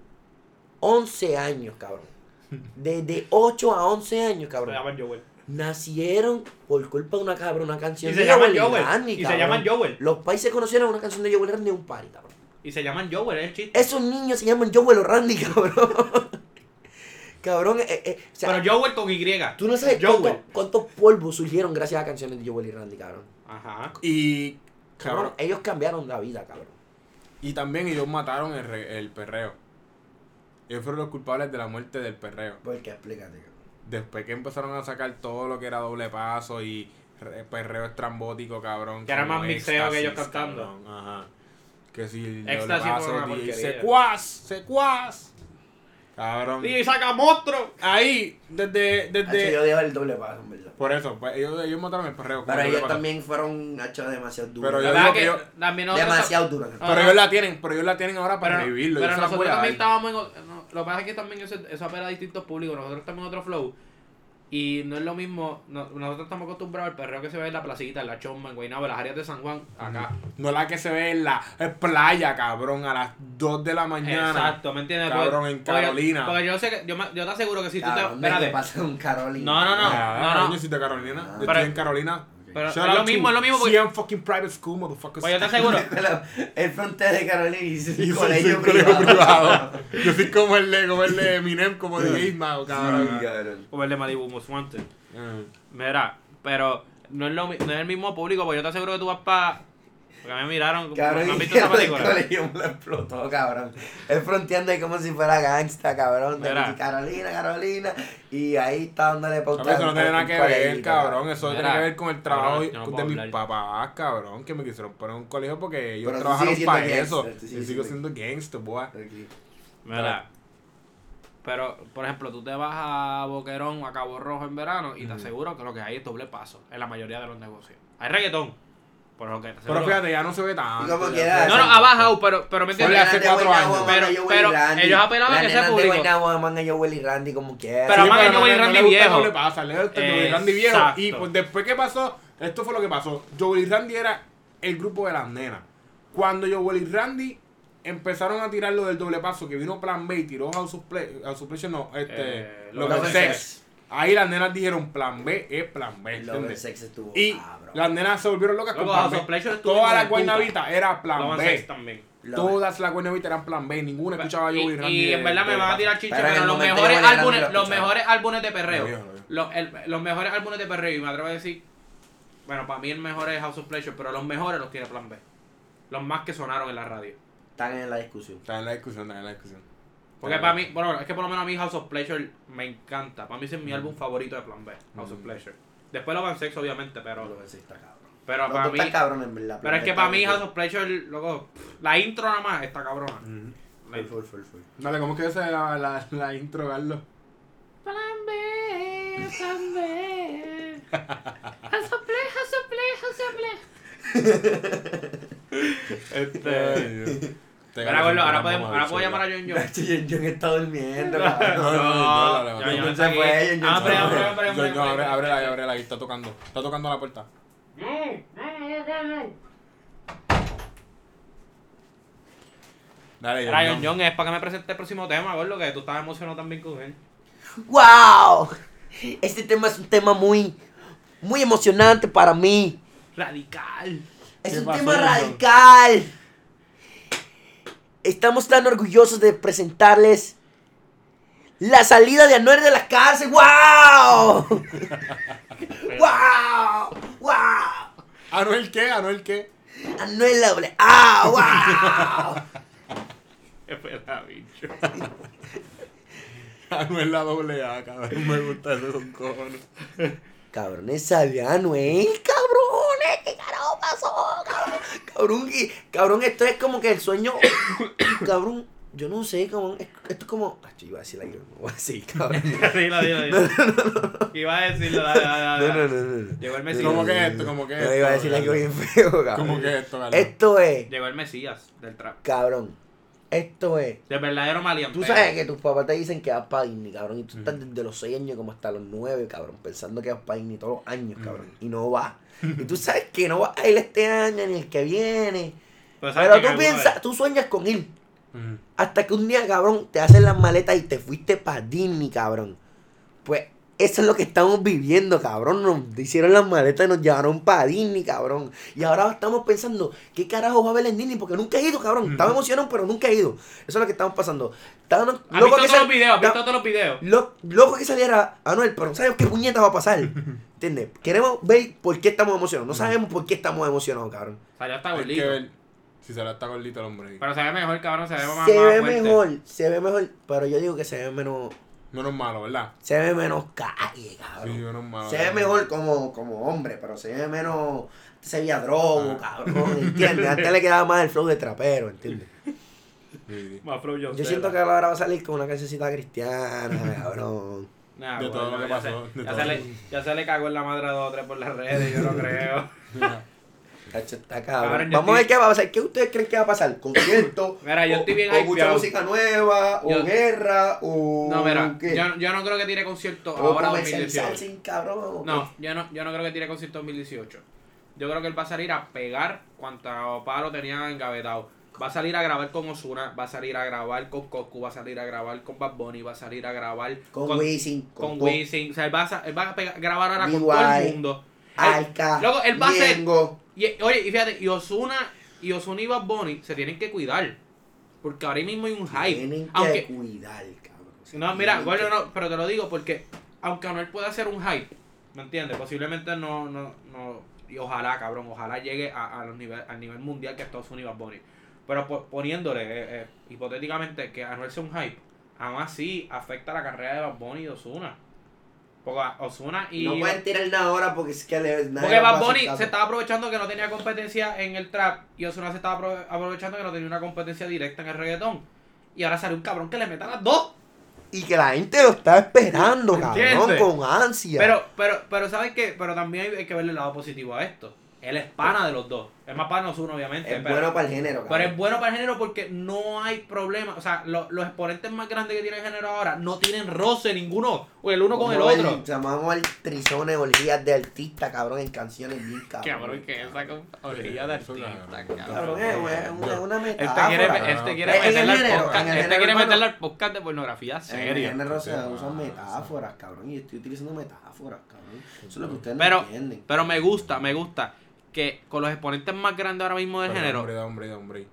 [SPEAKER 1] 11 años, cabrón, desde 8 a 11 años,
[SPEAKER 2] Se
[SPEAKER 1] cabrón,
[SPEAKER 2] llaman Joel.
[SPEAKER 1] nacieron por culpa de una cabrón, una canción
[SPEAKER 2] Y
[SPEAKER 1] de
[SPEAKER 2] se llaman
[SPEAKER 1] Joel y
[SPEAKER 2] Joel.
[SPEAKER 1] Randy,
[SPEAKER 2] Y se
[SPEAKER 1] cabrón.
[SPEAKER 2] llaman Joel.
[SPEAKER 1] Los países conocieron una canción de Joel y Randy en un party, cabrón.
[SPEAKER 2] Y se llaman Joel, es el chiste.
[SPEAKER 1] Esos niños se llaman Joel o Randy, cabrón. cabrón, eh, eh, o sea,
[SPEAKER 2] pero Joel con Y.
[SPEAKER 1] Tú no sabes
[SPEAKER 2] Joel.
[SPEAKER 1] cuánto- cuántos polvos surgieron gracias a canciones de Joel y Randy, cabrón.
[SPEAKER 2] Ajá.
[SPEAKER 3] Y...
[SPEAKER 1] Cabrón,
[SPEAKER 3] Cabrón.
[SPEAKER 1] ellos cambiaron la vida, cabrón.
[SPEAKER 3] Y también ellos mataron el, re- el perreo. Ellos fueron los culpables de la muerte del perreo.
[SPEAKER 1] Porque explícate, cabrón.
[SPEAKER 3] Después que empezaron a sacar todo lo que era doble paso y re- perreo estrambótico, cabrón.
[SPEAKER 2] Que era
[SPEAKER 3] como
[SPEAKER 2] más mixeo que ellos
[SPEAKER 3] Éxtasis,
[SPEAKER 2] cantando.
[SPEAKER 3] cabrón, Ajá. Que si el doble
[SPEAKER 2] Éxtasis fue
[SPEAKER 3] paso,
[SPEAKER 2] una
[SPEAKER 3] DJ,
[SPEAKER 2] porquería.
[SPEAKER 3] secuaz, secuaz. Cabrón.
[SPEAKER 2] Y saca monstruo.
[SPEAKER 3] Ahí, desde...
[SPEAKER 1] Hacho,
[SPEAKER 3] desde
[SPEAKER 1] Ah, yo dejo el doble paso, en verdad.
[SPEAKER 3] Por eso, pues, ellos, ellos mataron el perreo. con
[SPEAKER 1] Pero
[SPEAKER 3] el doble
[SPEAKER 1] ellos
[SPEAKER 3] paso.
[SPEAKER 1] también fueron, hacho, demasiado duros.
[SPEAKER 3] Pero
[SPEAKER 2] La
[SPEAKER 3] yo
[SPEAKER 2] verdad
[SPEAKER 3] digo
[SPEAKER 2] que
[SPEAKER 3] que yo-
[SPEAKER 2] también nosotros-
[SPEAKER 1] demasiado duros.
[SPEAKER 2] Ah,
[SPEAKER 1] cabrón.
[SPEAKER 3] Pero
[SPEAKER 2] Ajá.
[SPEAKER 3] ellos la tienen, pero ellos la tienen ahora para
[SPEAKER 2] Pero,
[SPEAKER 3] revivirlo.
[SPEAKER 2] pero
[SPEAKER 3] ellos se la
[SPEAKER 2] nosotros
[SPEAKER 3] voy a
[SPEAKER 2] también
[SPEAKER 3] dar.
[SPEAKER 2] estábamos en... o- no, lo que pasa es que también eso, eso apela a distintos públicos. Nosotros estamos en otro flow. Y no es lo mismo... no- nosotros estamos acostumbrados al perreo que se ve en la placita, en la chomba, en Guaynabo, en las áreas de San Juan, Ah, acá.
[SPEAKER 3] No la que se ve en la en playa, cabrón, a las 2 de la mañana.
[SPEAKER 2] Exacto, ¿me entiendes?
[SPEAKER 3] Cabrón,
[SPEAKER 2] Porque-
[SPEAKER 3] en Carolina.
[SPEAKER 2] Porque, yo sé que... Yo, me- yo te aseguro que si
[SPEAKER 1] Cabrón,
[SPEAKER 2] tú
[SPEAKER 1] me
[SPEAKER 2] te... Espérate.
[SPEAKER 1] pasa un Carolina.
[SPEAKER 2] No, no, no.
[SPEAKER 3] Ah,
[SPEAKER 2] no.
[SPEAKER 3] Yo soy de Carolina.
[SPEAKER 1] Ah.
[SPEAKER 3] Yo
[SPEAKER 2] Pero-
[SPEAKER 3] estoy en Carolina.
[SPEAKER 2] Pero
[SPEAKER 3] Shout
[SPEAKER 2] es lo
[SPEAKER 3] out to
[SPEAKER 2] mismo, es lo mismo porque-
[SPEAKER 3] CM fucking private school, motherfuckers.
[SPEAKER 2] Pues yo te aseguro...
[SPEAKER 1] El frontera de Carolina y
[SPEAKER 3] Y
[SPEAKER 1] su
[SPEAKER 3] yo soy- soy
[SPEAKER 1] colegio
[SPEAKER 3] un colegio
[SPEAKER 1] privado.
[SPEAKER 3] privado. Yo soy como el de, como el de Eminem, como de Game Mao,
[SPEAKER 1] Sí,
[SPEAKER 3] cabrón.
[SPEAKER 1] cabrón.
[SPEAKER 2] Como el de Malibu Most Wanted.
[SPEAKER 3] Eh,
[SPEAKER 2] Mira, pero no es, lo, mi- no es el mismo público, porque yo te aseguro que tú vas para... Porque me miraron,
[SPEAKER 1] Cabrón,
[SPEAKER 2] ¿no
[SPEAKER 1] y
[SPEAKER 2] has visto esa
[SPEAKER 1] el
[SPEAKER 2] película?
[SPEAKER 1] colegio me lo explotó, cabrón. Él fronteando ahí como si fuera gangsta, cabrón. De
[SPEAKER 2] Mira.
[SPEAKER 1] Carolina, Carolina. Y ahí está dándole
[SPEAKER 3] cabrón,
[SPEAKER 1] pauta.
[SPEAKER 3] Eso no
[SPEAKER 1] al-
[SPEAKER 3] tiene nada
[SPEAKER 1] al
[SPEAKER 3] que ver,
[SPEAKER 1] coleguita,
[SPEAKER 3] cabrón. Eso
[SPEAKER 2] Mira,
[SPEAKER 3] tiene que ver con el trabajo
[SPEAKER 2] cabrón, yo no
[SPEAKER 3] de
[SPEAKER 2] puedo
[SPEAKER 3] mis
[SPEAKER 2] hablar.
[SPEAKER 3] papás, cabrón, que me quisieron poner en un colegio porque ellos
[SPEAKER 1] Pero tú
[SPEAKER 3] trabajaron
[SPEAKER 1] sigues
[SPEAKER 3] para
[SPEAKER 1] siendo
[SPEAKER 3] eso.
[SPEAKER 1] gangster, tú
[SPEAKER 3] Yo
[SPEAKER 1] sigues
[SPEAKER 3] sigo
[SPEAKER 1] siendo-
[SPEAKER 3] siendo gangster, boy.
[SPEAKER 1] Aquí.
[SPEAKER 2] Mira. Pero, por ejemplo, tú te vas a Boquerón o a Cabo Rojo en verano y te aseguro que lo que hay es doble paso en la mayoría de los negocios. Hay reggaetón. Por lo que te
[SPEAKER 3] Pero
[SPEAKER 2] aseguro-
[SPEAKER 3] fíjate, ya no se ve tanto.
[SPEAKER 1] ¿Y cómo
[SPEAKER 3] ya
[SPEAKER 1] queda?
[SPEAKER 3] se ve
[SPEAKER 2] No, no,
[SPEAKER 3] tanto.
[SPEAKER 2] ha bajado, pero, pero me
[SPEAKER 3] Ponle
[SPEAKER 2] entiendes.
[SPEAKER 3] hace cuatro años.
[SPEAKER 2] Pero- pero ellos apelaban a ese público.
[SPEAKER 1] Las nenas de Guaynabo aman a Joel y Randy como quieran.
[SPEAKER 2] Pero aman a
[SPEAKER 3] no,
[SPEAKER 2] Joey
[SPEAKER 3] no, no
[SPEAKER 2] Randy
[SPEAKER 3] le gusta
[SPEAKER 2] viejo.
[SPEAKER 3] Doble pasa, le gusta Joey Randy viejo.
[SPEAKER 2] Exacto.
[SPEAKER 3] Y pues, después que pasó, esto fue lo que pasó. Joey Randy era el grupo de las nenas. Cuando Joey Randy empezaron a tirar lo del doble paso, que vino Plan B y tiró House of Play, House of Pleasure, no, este,
[SPEAKER 2] Eh,
[SPEAKER 3] lo
[SPEAKER 1] Love
[SPEAKER 3] del
[SPEAKER 1] and
[SPEAKER 3] sex.
[SPEAKER 1] Sex.
[SPEAKER 3] Ahí las nenas dijeron Plan B es Plan
[SPEAKER 1] Love
[SPEAKER 3] B,
[SPEAKER 1] and
[SPEAKER 3] ¿entiendes?
[SPEAKER 1] Sex estuvo
[SPEAKER 3] Y
[SPEAKER 1] cabrón.
[SPEAKER 3] las nenas se volvieron locas
[SPEAKER 2] Loco,
[SPEAKER 3] con Plan
[SPEAKER 2] House
[SPEAKER 3] B.
[SPEAKER 2] of Pleasure estuvo hijo
[SPEAKER 3] Todas
[SPEAKER 2] de
[SPEAKER 3] las
[SPEAKER 2] puta.
[SPEAKER 3] guaynabitas era Plan
[SPEAKER 2] Lo van a hacer
[SPEAKER 3] B.
[SPEAKER 2] también.
[SPEAKER 1] Love
[SPEAKER 3] Todas las guaynabitas eran Plan B. Ninguna escuchaba a
[SPEAKER 2] Y,
[SPEAKER 3] Joey Randy.
[SPEAKER 2] y
[SPEAKER 3] de
[SPEAKER 2] en verdad me
[SPEAKER 3] doble
[SPEAKER 2] van a
[SPEAKER 3] paso.
[SPEAKER 2] tirar chicha,
[SPEAKER 1] Pero en
[SPEAKER 2] pero
[SPEAKER 1] el
[SPEAKER 2] los
[SPEAKER 1] momento
[SPEAKER 2] mejores
[SPEAKER 1] yo voy a
[SPEAKER 2] álbumes,
[SPEAKER 1] ganar,
[SPEAKER 2] los
[SPEAKER 1] escucha.
[SPEAKER 2] mejores álbumes de perreo.
[SPEAKER 3] Lo viejo, lo viejo.
[SPEAKER 2] Los, el- los mejores álbumes de perreo, y me atrevo a decir, bueno, para mí el mejor es House of Pleasure, pero los mejores los tiene Plan B. Los más que sonaron en la radio.
[SPEAKER 1] Están en la discusión.
[SPEAKER 3] Está en la discusión, está en la discusión.
[SPEAKER 2] Porque
[SPEAKER 3] Está
[SPEAKER 2] para
[SPEAKER 3] en la-
[SPEAKER 2] mí, bueno, es que por lo menos a mí House of Pleasure me encanta. Para mí ese es mi álbum favorito de Plan B, House of
[SPEAKER 3] Mm.
[SPEAKER 2] Pleasure. Después lo van Sex, obviamente,
[SPEAKER 1] Love
[SPEAKER 2] pero,
[SPEAKER 1] and Sex está cabrón.
[SPEAKER 2] pero
[SPEAKER 1] Los
[SPEAKER 2] para
[SPEAKER 1] dos
[SPEAKER 2] mí.
[SPEAKER 1] están cabrones, en verdad.
[SPEAKER 2] Pero es que para mí House of Pleasure, loco, pff, la intro nada más está cabrona.
[SPEAKER 3] Ujú.
[SPEAKER 2] La
[SPEAKER 1] Full,
[SPEAKER 2] intro.
[SPEAKER 1] full, full, full.
[SPEAKER 3] Dale, ¿cómo es que esa es la, la, la intro, Carlos?
[SPEAKER 6] Plan B, plan B. Asople, asople, asople.
[SPEAKER 2] Este.
[SPEAKER 3] Pero
[SPEAKER 2] Mira, gordo, ahora, podemos, ahora puedo llamar a John John.
[SPEAKER 1] John John está durmiendo, cabrón.
[SPEAKER 3] No, no, no, no, no,
[SPEAKER 2] No,
[SPEAKER 3] no,
[SPEAKER 2] ya,
[SPEAKER 3] no,
[SPEAKER 2] ya,
[SPEAKER 1] no
[SPEAKER 2] está
[SPEAKER 1] se fue,
[SPEAKER 2] aquí.
[SPEAKER 1] John John
[SPEAKER 2] Abre,
[SPEAKER 1] se
[SPEAKER 2] abre,
[SPEAKER 1] fue.
[SPEAKER 2] abre, abre,
[SPEAKER 3] Yo, yo,
[SPEAKER 2] abre.
[SPEAKER 3] abre, abre, la, abre, la, está tocando. Está tocando la puerta.
[SPEAKER 2] Mm, mm, mm, mm, mm.
[SPEAKER 3] Dale, John
[SPEAKER 2] Ryan
[SPEAKER 3] John.
[SPEAKER 2] John es para que me presente el próximo tema, gordo, que tú estás emocionado también con él.
[SPEAKER 1] ¡Wow! Este tema es un tema muy, muy emocionante para mí.
[SPEAKER 2] Radical.
[SPEAKER 1] Es
[SPEAKER 3] ¿Qué
[SPEAKER 1] un
[SPEAKER 3] pasó,
[SPEAKER 1] tema
[SPEAKER 3] John?
[SPEAKER 1] radical. Estamos tan orgullosos de presentarles la salida de Anuel de la cárcel. ¡Wow! ¡Wow! ¡Wow!
[SPEAKER 3] ¿Anuel qué? ¿Anuel qué?
[SPEAKER 1] Anuel doble. ¡Ah! ¡Wow!
[SPEAKER 2] Espera, bicho.
[SPEAKER 3] Anuel la doble A, cabrón. Me gusta eso con cojones.
[SPEAKER 1] Cabrones, salió Anuel, cabrones, ¿qué carajo pasó? Cabrón, cabrón, y- cabrón, esto es como que el sueño, cabrón, yo no sé, cabrón, es- esto es como, ah, yo iba a decir la no voy a decir, cabrón.
[SPEAKER 2] Dilo, dilo, dilo. Iba a decirlo, dale,
[SPEAKER 1] No,
[SPEAKER 2] dale, dale.
[SPEAKER 1] no, no, no, no.
[SPEAKER 2] Llegó el Mesías.
[SPEAKER 3] ¿Cómo que esto? ¿Cómo que
[SPEAKER 1] No
[SPEAKER 3] esto?
[SPEAKER 1] iba a decir algo bien feo, cabrón.
[SPEAKER 3] ¿Cómo que esto, Carlos?
[SPEAKER 1] Esto es,
[SPEAKER 2] Llegó el Mesías del trap.
[SPEAKER 1] cabrón, esto es,
[SPEAKER 2] Del verdadero maleante.
[SPEAKER 1] tú sabes que tus papás te dicen que vas para Disney, cabrón, y tú estás desde los 6 años como hasta los 9, cabrón, pensando que vas para Disney todos los años, cabrón, y no vas. Y tú sabes que no vas a ir este año ni el que viene.
[SPEAKER 2] Pero, sabes
[SPEAKER 1] Pero tú
[SPEAKER 2] que alguna
[SPEAKER 1] piensas,
[SPEAKER 2] vez-
[SPEAKER 1] tú sueñas con ir.
[SPEAKER 3] Ujú.
[SPEAKER 1] Hasta que un día, cabrón, te hacen las maletas y te fuiste para Disney, cabrón. Pues eso es lo que estamos viviendo, cabrón. Nos hicieron las maletas y nos llevaron para Disney, cabrón. Y ahora estamos pensando, ¿qué carajo va a haber en Disney? Porque nunca he ido,
[SPEAKER 2] Mm.
[SPEAKER 1] cabrón. Estaba emocionado, pero nunca he ido. Eso es lo que estamos pasando. Estábamos
[SPEAKER 2] ¿Has visto
[SPEAKER 1] que
[SPEAKER 2] todos
[SPEAKER 1] sal-
[SPEAKER 2] los videos? ¿Has
[SPEAKER 1] ta-
[SPEAKER 2] visto todos los videos?
[SPEAKER 1] lo- loco que saliera Anuel, pero no sabemos qué puñeta va a pasar. ¿Entiendes? Queremos ver por qué estamos emocionados. No sabemos por qué estamos emocionados, cabrón.
[SPEAKER 2] Salió hasta
[SPEAKER 3] Hay que
[SPEAKER 2] gordito.
[SPEAKER 3] ver si se la está gordito el hombre. ahí.
[SPEAKER 2] Pero se ve mejor, cabrón. Se ve más
[SPEAKER 1] se
[SPEAKER 2] más
[SPEAKER 1] ve
[SPEAKER 2] fuerte.
[SPEAKER 1] mejor, se ve mejor, pero yo digo que se ve menos,
[SPEAKER 3] Menos malo, ¿verdad?
[SPEAKER 1] se ve menos calle, cabrón.
[SPEAKER 3] Sí, menos malo.
[SPEAKER 1] Ah, se ve mejor como, como hombre, pero se ve menos, se veía drogo,
[SPEAKER 3] Ah.
[SPEAKER 1] cabrón, ¿entiendes? Antes le quedaba más el flow de trapero, ¿entiendes?
[SPEAKER 3] Sí, sí.
[SPEAKER 2] Más Flow
[SPEAKER 1] Yo siento que ahora va a salir con una cancioncita cristiana, cabrón.
[SPEAKER 2] Nah,
[SPEAKER 3] De
[SPEAKER 2] gordo,
[SPEAKER 3] todo lo
[SPEAKER 2] ya
[SPEAKER 3] que pasó,
[SPEAKER 2] se-
[SPEAKER 3] de
[SPEAKER 2] ya,
[SPEAKER 3] todo.
[SPEAKER 2] se le, ya se le cagó en la madre a dos o tres por las redes, yo no creo.
[SPEAKER 3] Mira,
[SPEAKER 1] Cacho, está cabrón.
[SPEAKER 2] Cabrón, yo
[SPEAKER 1] Vamos a ver
[SPEAKER 2] estoy-
[SPEAKER 1] qué va a pasar. ¿Qué ustedes creen que va a pasar? ¿Concierto?
[SPEAKER 2] Mira, yo
[SPEAKER 1] o-
[SPEAKER 2] estoy bien
[SPEAKER 1] O mucha
[SPEAKER 2] hypeado.
[SPEAKER 1] música nueva, o
[SPEAKER 2] Yo-
[SPEAKER 1] guerra, o.
[SPEAKER 2] No, mira,
[SPEAKER 1] ¿qué?
[SPEAKER 2] yo, yo no creo que tire concierto
[SPEAKER 1] ¿O
[SPEAKER 2] ahora
[SPEAKER 1] comercializar
[SPEAKER 2] 2018.
[SPEAKER 1] sin cabrón?
[SPEAKER 2] No, yo no, yo no creo que tire concierto 2018. Yo creo que él va a salir a pegar cuanta palo tenía engavetado. Va a salir a grabar con Osuna, va a salir a grabar con Coscu, va a salir a grabar con Bad Bunny, va a salir a grabar
[SPEAKER 1] Con,
[SPEAKER 2] con,
[SPEAKER 1] Wisin,
[SPEAKER 2] con
[SPEAKER 1] todo.
[SPEAKER 2] Wisin. O sea, él va a, sa- él va a pega- grabar ahora con
[SPEAKER 1] DY.
[SPEAKER 2] todo el mundo. Él-
[SPEAKER 1] Alca,
[SPEAKER 2] Luego, él va a ser-
[SPEAKER 1] Ñengo.
[SPEAKER 2] y, oye, y fíjate, y Osuna y, Ozuna y Bad Bunny se tienen que cuidar. Porque ahora mismo hay un
[SPEAKER 1] Tienen
[SPEAKER 2] hype.
[SPEAKER 1] que
[SPEAKER 2] Aunque,
[SPEAKER 1] cuidar, cabrón. Se
[SPEAKER 2] No, mira,
[SPEAKER 1] tienen
[SPEAKER 2] gordo,
[SPEAKER 1] que-
[SPEAKER 2] no, pero te lo digo porque aunque Anuel pueda hacer un hype, ¿me entiendes? Posiblemente no, no, no, y ojalá, cabrón, ojalá llegue a, a los nive- al nivel mundial que Estados Unidos y Bad Bunny. Pero po- poniéndole, eh, eh, hipotéticamente, que Anuel sea un hype, aún así afecta la carrera de Bad Bunny y Osuna. Porque Osuna y...
[SPEAKER 1] No pueden tirar nada ahora porque es que le. nadie
[SPEAKER 2] Porque
[SPEAKER 1] los va a
[SPEAKER 2] Bad Bunny
[SPEAKER 1] aceptar.
[SPEAKER 2] se estaba aprovechando que no tenía competencia en el trap y Ozuna se estaba apro- aprovechando que no tenía una competencia directa en el reggaetón. Y ahora sale un cabrón que le meta las dos.
[SPEAKER 1] Y que la gente lo está esperando, cabrón,
[SPEAKER 2] ¿Entiendes?
[SPEAKER 1] con ansia.
[SPEAKER 2] Pero, pero, pero, ¿sabes qué? Pero también hay- hay que verle el lado positivo a esto. Él es pana de los dos. Es más pana de Ozuna, obviamente.
[SPEAKER 1] es
[SPEAKER 2] pero,
[SPEAKER 1] bueno para el género,
[SPEAKER 2] pero es
[SPEAKER 1] cabrón.
[SPEAKER 2] bueno para el género porque no hay problema. O sea, lo- los exponentes más grandes que tiene el género ahora no tienen roce ninguno. O el uno con el
[SPEAKER 1] Vamos a ver,
[SPEAKER 2] otro.
[SPEAKER 1] Llamamos al trizones, orgías de artista, cabrón, en canciones bien cabrón.
[SPEAKER 2] Cabrón, que esa con orilla de artista,
[SPEAKER 1] Cabrón,
[SPEAKER 2] cabrón. Este
[SPEAKER 1] es una- una, una
[SPEAKER 2] Él
[SPEAKER 1] metáfora.
[SPEAKER 2] te quiere,
[SPEAKER 1] cabrón.
[SPEAKER 2] él te quiere
[SPEAKER 1] Ah, En el
[SPEAKER 2] meterle al
[SPEAKER 1] género,
[SPEAKER 2] podcast,
[SPEAKER 1] en el
[SPEAKER 2] él te
[SPEAKER 1] género,
[SPEAKER 2] quiere
[SPEAKER 1] hermano.
[SPEAKER 2] meterle al podcast de pornografía serio.
[SPEAKER 1] En el Este género
[SPEAKER 3] Qué
[SPEAKER 1] se
[SPEAKER 3] pasa.
[SPEAKER 1] usan metáforas, cabrón. Y estoy utilizando metáforas, cabrón. Eso es lo que ustedes
[SPEAKER 2] Pero-
[SPEAKER 1] no entienden.
[SPEAKER 2] Pero me gusta, me gusta que con los exponentes más grandes ahora mismo del
[SPEAKER 3] Pero
[SPEAKER 2] género,
[SPEAKER 3] Hombre, da hombre, da hombre.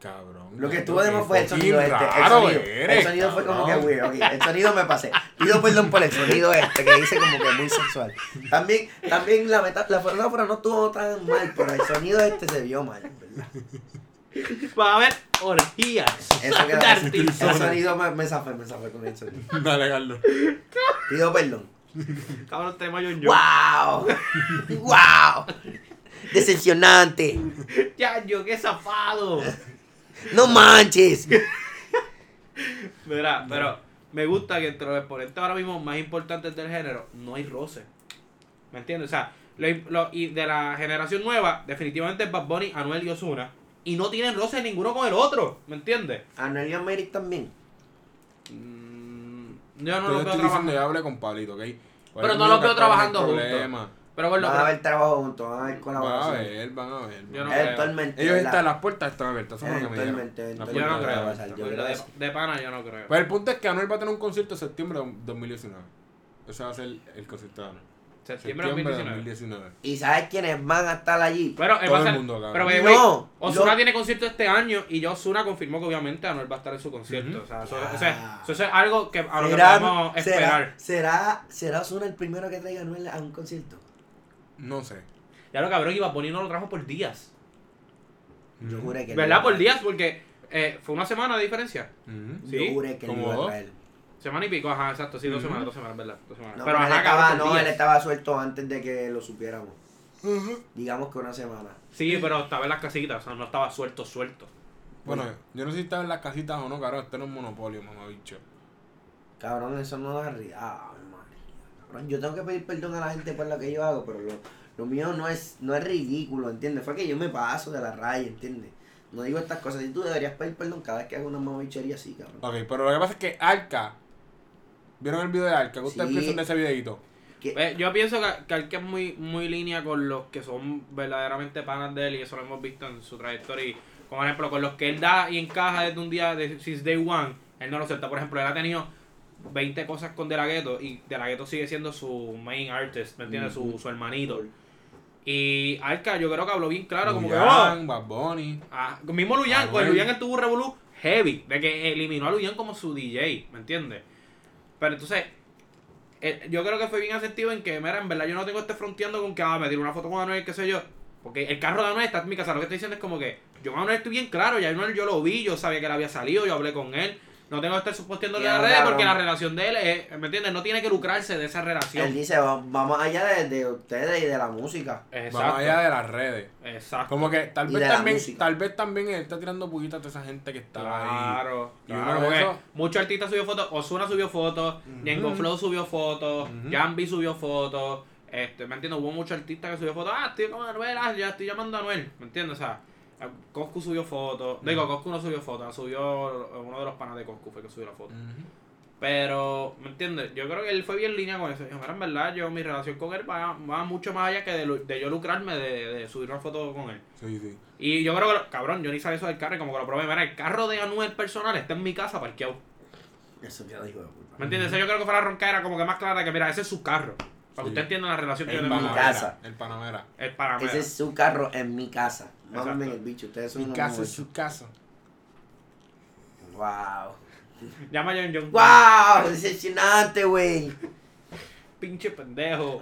[SPEAKER 3] Cabrón.
[SPEAKER 1] Lo que estuvo
[SPEAKER 3] estuvo
[SPEAKER 1] de más fue el sonido este. El
[SPEAKER 3] Claro,
[SPEAKER 1] sonido, el sonido fue como que, güey, ok, el sonido me pasé. Pido perdón por el sonido este, que dice como que muy sexual. También, también la, meta, la metáfora no estuvo tan mal, pero el sonido este se vio mal, ¿verdad?
[SPEAKER 2] va a haber orgías.
[SPEAKER 1] Eso que
[SPEAKER 2] De
[SPEAKER 1] el
[SPEAKER 2] artista.
[SPEAKER 1] sonido me, me zafé, me zafé con el sonido.
[SPEAKER 3] Dale, Carlos.
[SPEAKER 1] Pido perdón.
[SPEAKER 2] Cabrón, tema John John.
[SPEAKER 1] ¡Wow! ¡Wow! Decepcionante.
[SPEAKER 2] Ya, yo qué zafado.
[SPEAKER 1] No manches.
[SPEAKER 2] Mira, pero me gusta que entre los exponentes ahora mismo más importantes del género no hay roce. ¿Me entiendes? O sea, lo- lo- y de la generación nueva, definitivamente es Bad Bunny, Anuel y Osuna. Y no tienen roce ninguno con el otro. ¿Me entiendes?
[SPEAKER 1] Anuel y Americ también.
[SPEAKER 2] Mm, yo no los veo Mm,
[SPEAKER 3] Yo estoy diciendo,
[SPEAKER 2] trabajando.
[SPEAKER 3] yo hablé con Palito, ¿ok? Pues
[SPEAKER 2] Pero no los veo trabajando juntos.
[SPEAKER 3] juntos.
[SPEAKER 2] Pero bueno,
[SPEAKER 1] Van a
[SPEAKER 2] pero-
[SPEAKER 1] haber trabajo juntos, van a haber
[SPEAKER 3] Van a
[SPEAKER 1] colaboración.
[SPEAKER 3] ver, van a ver.
[SPEAKER 2] Yo no-
[SPEAKER 1] Eventualmente.
[SPEAKER 3] Ellos
[SPEAKER 1] la-
[SPEAKER 3] están, las puertas están abiertas. Eso es lo que me dijeron.
[SPEAKER 1] Eventualmente,
[SPEAKER 3] Las
[SPEAKER 1] eventualmente
[SPEAKER 2] yo
[SPEAKER 3] puertas
[SPEAKER 2] no
[SPEAKER 1] va a
[SPEAKER 2] creo.
[SPEAKER 3] están abiertas.
[SPEAKER 1] pasar, yo
[SPEAKER 2] de,
[SPEAKER 1] creo eso.
[SPEAKER 2] de pana yo no creo.
[SPEAKER 3] Pues el punto es que Anuel va a tener un concierto en septiembre de 2019. Ese va a ser el concierto de Anuel.
[SPEAKER 2] septiembre de 2019.
[SPEAKER 3] 2019.
[SPEAKER 1] ¿Y sabes quiénes van a estar allí?
[SPEAKER 2] Pero él
[SPEAKER 3] Todo
[SPEAKER 2] va a
[SPEAKER 3] el
[SPEAKER 2] ser,
[SPEAKER 3] mundo, cabrón.
[SPEAKER 2] pero by the way,
[SPEAKER 1] No,
[SPEAKER 2] Ozuna
[SPEAKER 1] yo-
[SPEAKER 2] tiene concierto este año y ya Ozuna confirmó que obviamente Anuel va a estar en su concierto. O sea, eso,
[SPEAKER 1] Ya.
[SPEAKER 2] o sea, eso es algo que a lo que
[SPEAKER 1] Ah. ¿Será,
[SPEAKER 2] podemos
[SPEAKER 1] será,
[SPEAKER 2] esperar.
[SPEAKER 1] será, será Ozuna el primero que traiga a Anuel a un concierto?
[SPEAKER 3] No sé.
[SPEAKER 2] Ya lo cabrón, Iba Bunny no lo trajo por días.
[SPEAKER 1] Yo juré que
[SPEAKER 2] ¿Verdad?
[SPEAKER 1] no.
[SPEAKER 2] Por días, porque eh, fue una semana de diferencia.
[SPEAKER 3] Ujú.
[SPEAKER 2] Sí,
[SPEAKER 1] Yo juré que lo
[SPEAKER 3] como
[SPEAKER 1] iba a
[SPEAKER 3] dos.
[SPEAKER 1] traer.
[SPEAKER 2] Semana y pico, ajá, exacto, sí, dos
[SPEAKER 3] Ujú.
[SPEAKER 2] semanas, dos semanas, ¿verdad? Dos semanas.
[SPEAKER 1] No,
[SPEAKER 2] pero
[SPEAKER 1] pero él
[SPEAKER 2] ajá,
[SPEAKER 1] estaba,
[SPEAKER 2] cabrón, por
[SPEAKER 1] no, él
[SPEAKER 2] días.
[SPEAKER 1] estaba suelto antes de que lo supiéramos. Digamos que una semana.
[SPEAKER 2] Sí, pero estaba en las casitas, o sea, no estaba suelto, suelto.
[SPEAKER 3] Bueno, yo no sé si estaba en las casitas o no, cabrón. Este no es monopolio, mamá bicho.
[SPEAKER 1] Cabrón, eso no da risa. Ah, María. Cabrón, yo tengo que pedir perdón a la gente por lo que yo hago, pero lo, lo mío no es, no es ridículo, ¿entiendes? Fue que yo me paso de la raya, ¿entiendes? No digo estas cosas. Y tú deberías pedir perdón cada vez que hago una mamabichería así, cabrón.
[SPEAKER 3] Ok, pero lo que pasa es que Arca. ¿Vieron el video de Arca? ¿Qué ustedes
[SPEAKER 1] Sí.
[SPEAKER 3] piensan de ese videito?
[SPEAKER 1] Que-
[SPEAKER 2] Eh, yo pienso que, que Arca es muy, muy línea con los que son verdaderamente panas de él y eso lo hemos visto en su trayectoria. Y, como ejemplo, con los que él da y encaja desde un día, de, since day one, él no lo suelta. Por ejemplo, él ha tenido 20 cosas con De La Ghetto y De La Ghetto sigue siendo su main artist, ¿me entiendes? Su- su, hermanito. Y Arca yo creo que habló bien claro, como que... "Oh,
[SPEAKER 3] Luyan, Bad Bunny.
[SPEAKER 2] Ah, mismo Luyan,
[SPEAKER 3] Ah,
[SPEAKER 2] con
[SPEAKER 3] bueno.
[SPEAKER 2] Luyan él tuvo un revolú heavy, de que eliminó a Luyan como su DJ, ¿me entiendes? Pero entonces, eh, yo creo que fue bien asertivo en que, mira, en verdad yo no tengo este fronteando con que, ah, me tiré una foto con Anuel, qué sé yo. Porque el carro de Anuel está en mi casa, lo que estoy diciendo es como que, yo con Anuel estoy bien claro, ya Anuel yo lo vi, yo sabía que él había salido, yo hablé con él. No tengo que estar suposteando en
[SPEAKER 1] Ya,
[SPEAKER 2] las redes porque la
[SPEAKER 1] cabrón.
[SPEAKER 2] relación de él es, ¿me entiendes? No tiene que lucrarse de esa
[SPEAKER 1] Él
[SPEAKER 2] relación.
[SPEAKER 1] dice, "Va- vamos allá de, de ustedes y de la música.
[SPEAKER 3] Vamos
[SPEAKER 2] Exacto.
[SPEAKER 3] allá de las redes.
[SPEAKER 2] Exacto.
[SPEAKER 3] Como que tal
[SPEAKER 1] Y
[SPEAKER 3] vez
[SPEAKER 1] de la
[SPEAKER 3] también,
[SPEAKER 1] música.
[SPEAKER 3] tal vez también él está tirando puñitas a toda esa gente que está ahí.
[SPEAKER 2] Claro,
[SPEAKER 3] Y uno
[SPEAKER 2] claro,
[SPEAKER 3] de
[SPEAKER 2] porque
[SPEAKER 3] esos-
[SPEAKER 2] muchos artistas subió fotos, Osuna subió fotos, Ñengo Flow subió fotos,
[SPEAKER 3] Ujú.
[SPEAKER 2] Jambi subió fotos, este, ¿me entiendes? Hubo muchos artistas que subió fotos, ah, estoy con Anuel, ah, ya estoy llamando a Anuel, ¿me entiendes? O sea, Coscu subió fotos, digo, Coscu no subió fotos, ah, subió uno de los panas de Coscu fue que subió la foto.
[SPEAKER 3] Ujú.
[SPEAKER 2] Pero, ¿me entiendes? Yo creo que él fue bien en línea con eso. Dijo, mira, en verdad, yo mi relación con él va, va mucho más allá que de, lu- de yo lucrarme de, de subir una foto con él.
[SPEAKER 3] Sí, sí.
[SPEAKER 2] Y yo creo que, lo- cabrón, yo ni sabía eso del carro y como que lo probé. Mira, el carro de Anuel personal está en mi casa parqueado.
[SPEAKER 1] Eso ya dijo de puta.
[SPEAKER 2] ¿Me entiendes? Eso yo creo que fue la ronca era como que más clara que, mira, ese es su carro. Para que
[SPEAKER 3] Sí.
[SPEAKER 2] usted entienda la relación que
[SPEAKER 3] El
[SPEAKER 2] yo tengo con
[SPEAKER 1] mi
[SPEAKER 2] él.
[SPEAKER 1] casa.
[SPEAKER 3] Panamera. El Panamera.
[SPEAKER 2] El Panamera.
[SPEAKER 1] Ese es su carro en mi casa.
[SPEAKER 2] Exacto.
[SPEAKER 1] Mámame en el bicho, ustedes son
[SPEAKER 3] Mi
[SPEAKER 1] unos
[SPEAKER 3] casa es
[SPEAKER 1] mamabichos.
[SPEAKER 3] su casa.
[SPEAKER 1] Wow.
[SPEAKER 2] Llama a John John.
[SPEAKER 1] Wow, decepcionante, güey.
[SPEAKER 2] Pinche pendejo.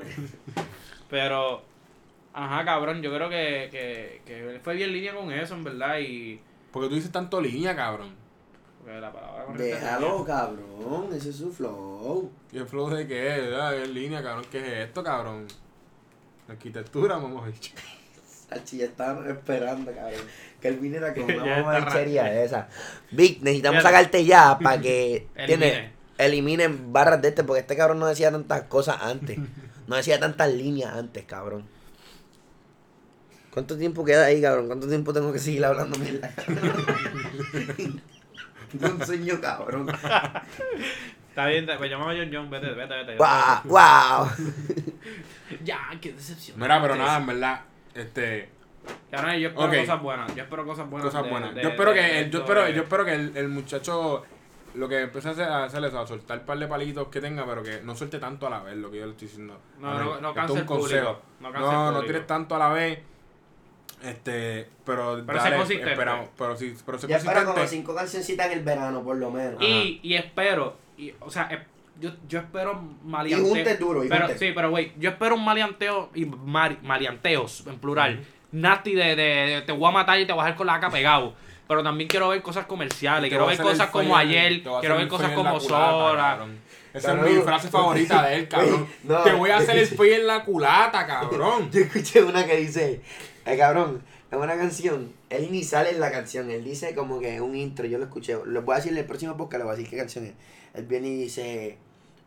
[SPEAKER 2] Pero, ajá, cabrón, yo creo que, que, que él fue bien en línea con eso, en verdad. Y.
[SPEAKER 3] Porque tú dices tanto línea, cabrón.
[SPEAKER 2] porque la palabra este correcta es
[SPEAKER 1] Déjalo,
[SPEAKER 2] línea.
[SPEAKER 1] cabrón. Ese es su flow.
[SPEAKER 3] ¿Y el flow de qué es? ¿verdad? ¿Qué línea, cabrón? ¿Qué es esto, cabrón? Arquitectura, mamá bicho.
[SPEAKER 1] Sachi, ya estaban esperando, cabrón. Que él viniera con
[SPEAKER 2] Ya
[SPEAKER 1] una
[SPEAKER 2] está
[SPEAKER 1] mamabichería de esa. Vic, necesitamos
[SPEAKER 2] Mira.
[SPEAKER 1] sacarte ya para que
[SPEAKER 2] Elimine.
[SPEAKER 1] tiene- eliminen barras de este, porque este cabrón no decía tantas cosas antes. No decía tantas líneas antes, cabrón. ¿Cuánto tiempo queda ahí, cabrón? ¿Cuánto tiempo tengo que seguir hablando mierda? Tengo un sueño, cabrón.
[SPEAKER 2] Está bien, está- pues llamaba a John John, vete, vete, vete.
[SPEAKER 1] ¡Wow! ¡Wow!
[SPEAKER 2] Ya, qué decepción.
[SPEAKER 3] Mira, pero nada, en verdad. Este.
[SPEAKER 2] Cabrón, yo espero
[SPEAKER 3] Ok.
[SPEAKER 2] cosas buenas. Yo espero cosas buenas.
[SPEAKER 3] cosas
[SPEAKER 2] de-
[SPEAKER 3] buenas.
[SPEAKER 2] de-
[SPEAKER 3] yo espero
[SPEAKER 2] de-
[SPEAKER 3] que
[SPEAKER 2] de
[SPEAKER 3] el,
[SPEAKER 2] esto,
[SPEAKER 3] yo espero,
[SPEAKER 2] de-
[SPEAKER 3] yo espero que el, el muchacho lo que empieza a hacer, a hacer es a soltar un par de palitos que tenga, pero que no suelte tanto a la vez, lo que yo le estoy diciendo.
[SPEAKER 2] No, no-
[SPEAKER 3] Manuel,
[SPEAKER 2] no
[SPEAKER 3] esto es
[SPEAKER 2] canse
[SPEAKER 3] un
[SPEAKER 2] el público,
[SPEAKER 3] consejo.
[SPEAKER 2] no
[SPEAKER 3] No,
[SPEAKER 2] canse el
[SPEAKER 3] no,
[SPEAKER 2] público.
[SPEAKER 3] tires tanto a la vez. Este, pero,
[SPEAKER 2] Pero sé consistente.
[SPEAKER 3] esperamos, pero sí, pero sé
[SPEAKER 1] Ya espero como
[SPEAKER 3] consistente.
[SPEAKER 1] cinco cancioncitas en el verano, por lo
[SPEAKER 2] Ah,
[SPEAKER 1] menos.
[SPEAKER 2] Y, y espero, y, o sea, es- yo, yo espero un maleanteo.
[SPEAKER 1] Y junte duro, y
[SPEAKER 2] pero,
[SPEAKER 1] junte.
[SPEAKER 2] Sí, pero güey, yo espero un maleanteo, y mar- maleanteos, en plural. Nasty de, de, de te voy a matar y te voy a dejar con la caca pegado. Pero también quiero ver cosas comerciales,
[SPEAKER 3] Te
[SPEAKER 2] quiero
[SPEAKER 3] voy a
[SPEAKER 2] ver
[SPEAKER 3] hacer el
[SPEAKER 2] cosas como
[SPEAKER 3] follo en-
[SPEAKER 2] ayer,
[SPEAKER 3] te voy
[SPEAKER 2] quiero
[SPEAKER 3] a hacer
[SPEAKER 2] ver
[SPEAKER 3] el
[SPEAKER 2] cosas
[SPEAKER 3] follo en la
[SPEAKER 2] como
[SPEAKER 3] culata,
[SPEAKER 2] Sora.
[SPEAKER 3] cabrón. Esa es
[SPEAKER 1] Cabrón.
[SPEAKER 3] mi frase favorita de él, cabrón.
[SPEAKER 1] Oye, no.
[SPEAKER 3] Te voy a hacer el follo en la culata, cabrón.
[SPEAKER 1] Yo escuché una que dice, eh, cabrón, es una canción. Él ni sale en la canción, él dice como que es un intro, yo lo escuché. Lo voy a decir en el próximo podcast, le voy a decir qué canción es. Él viene y dice,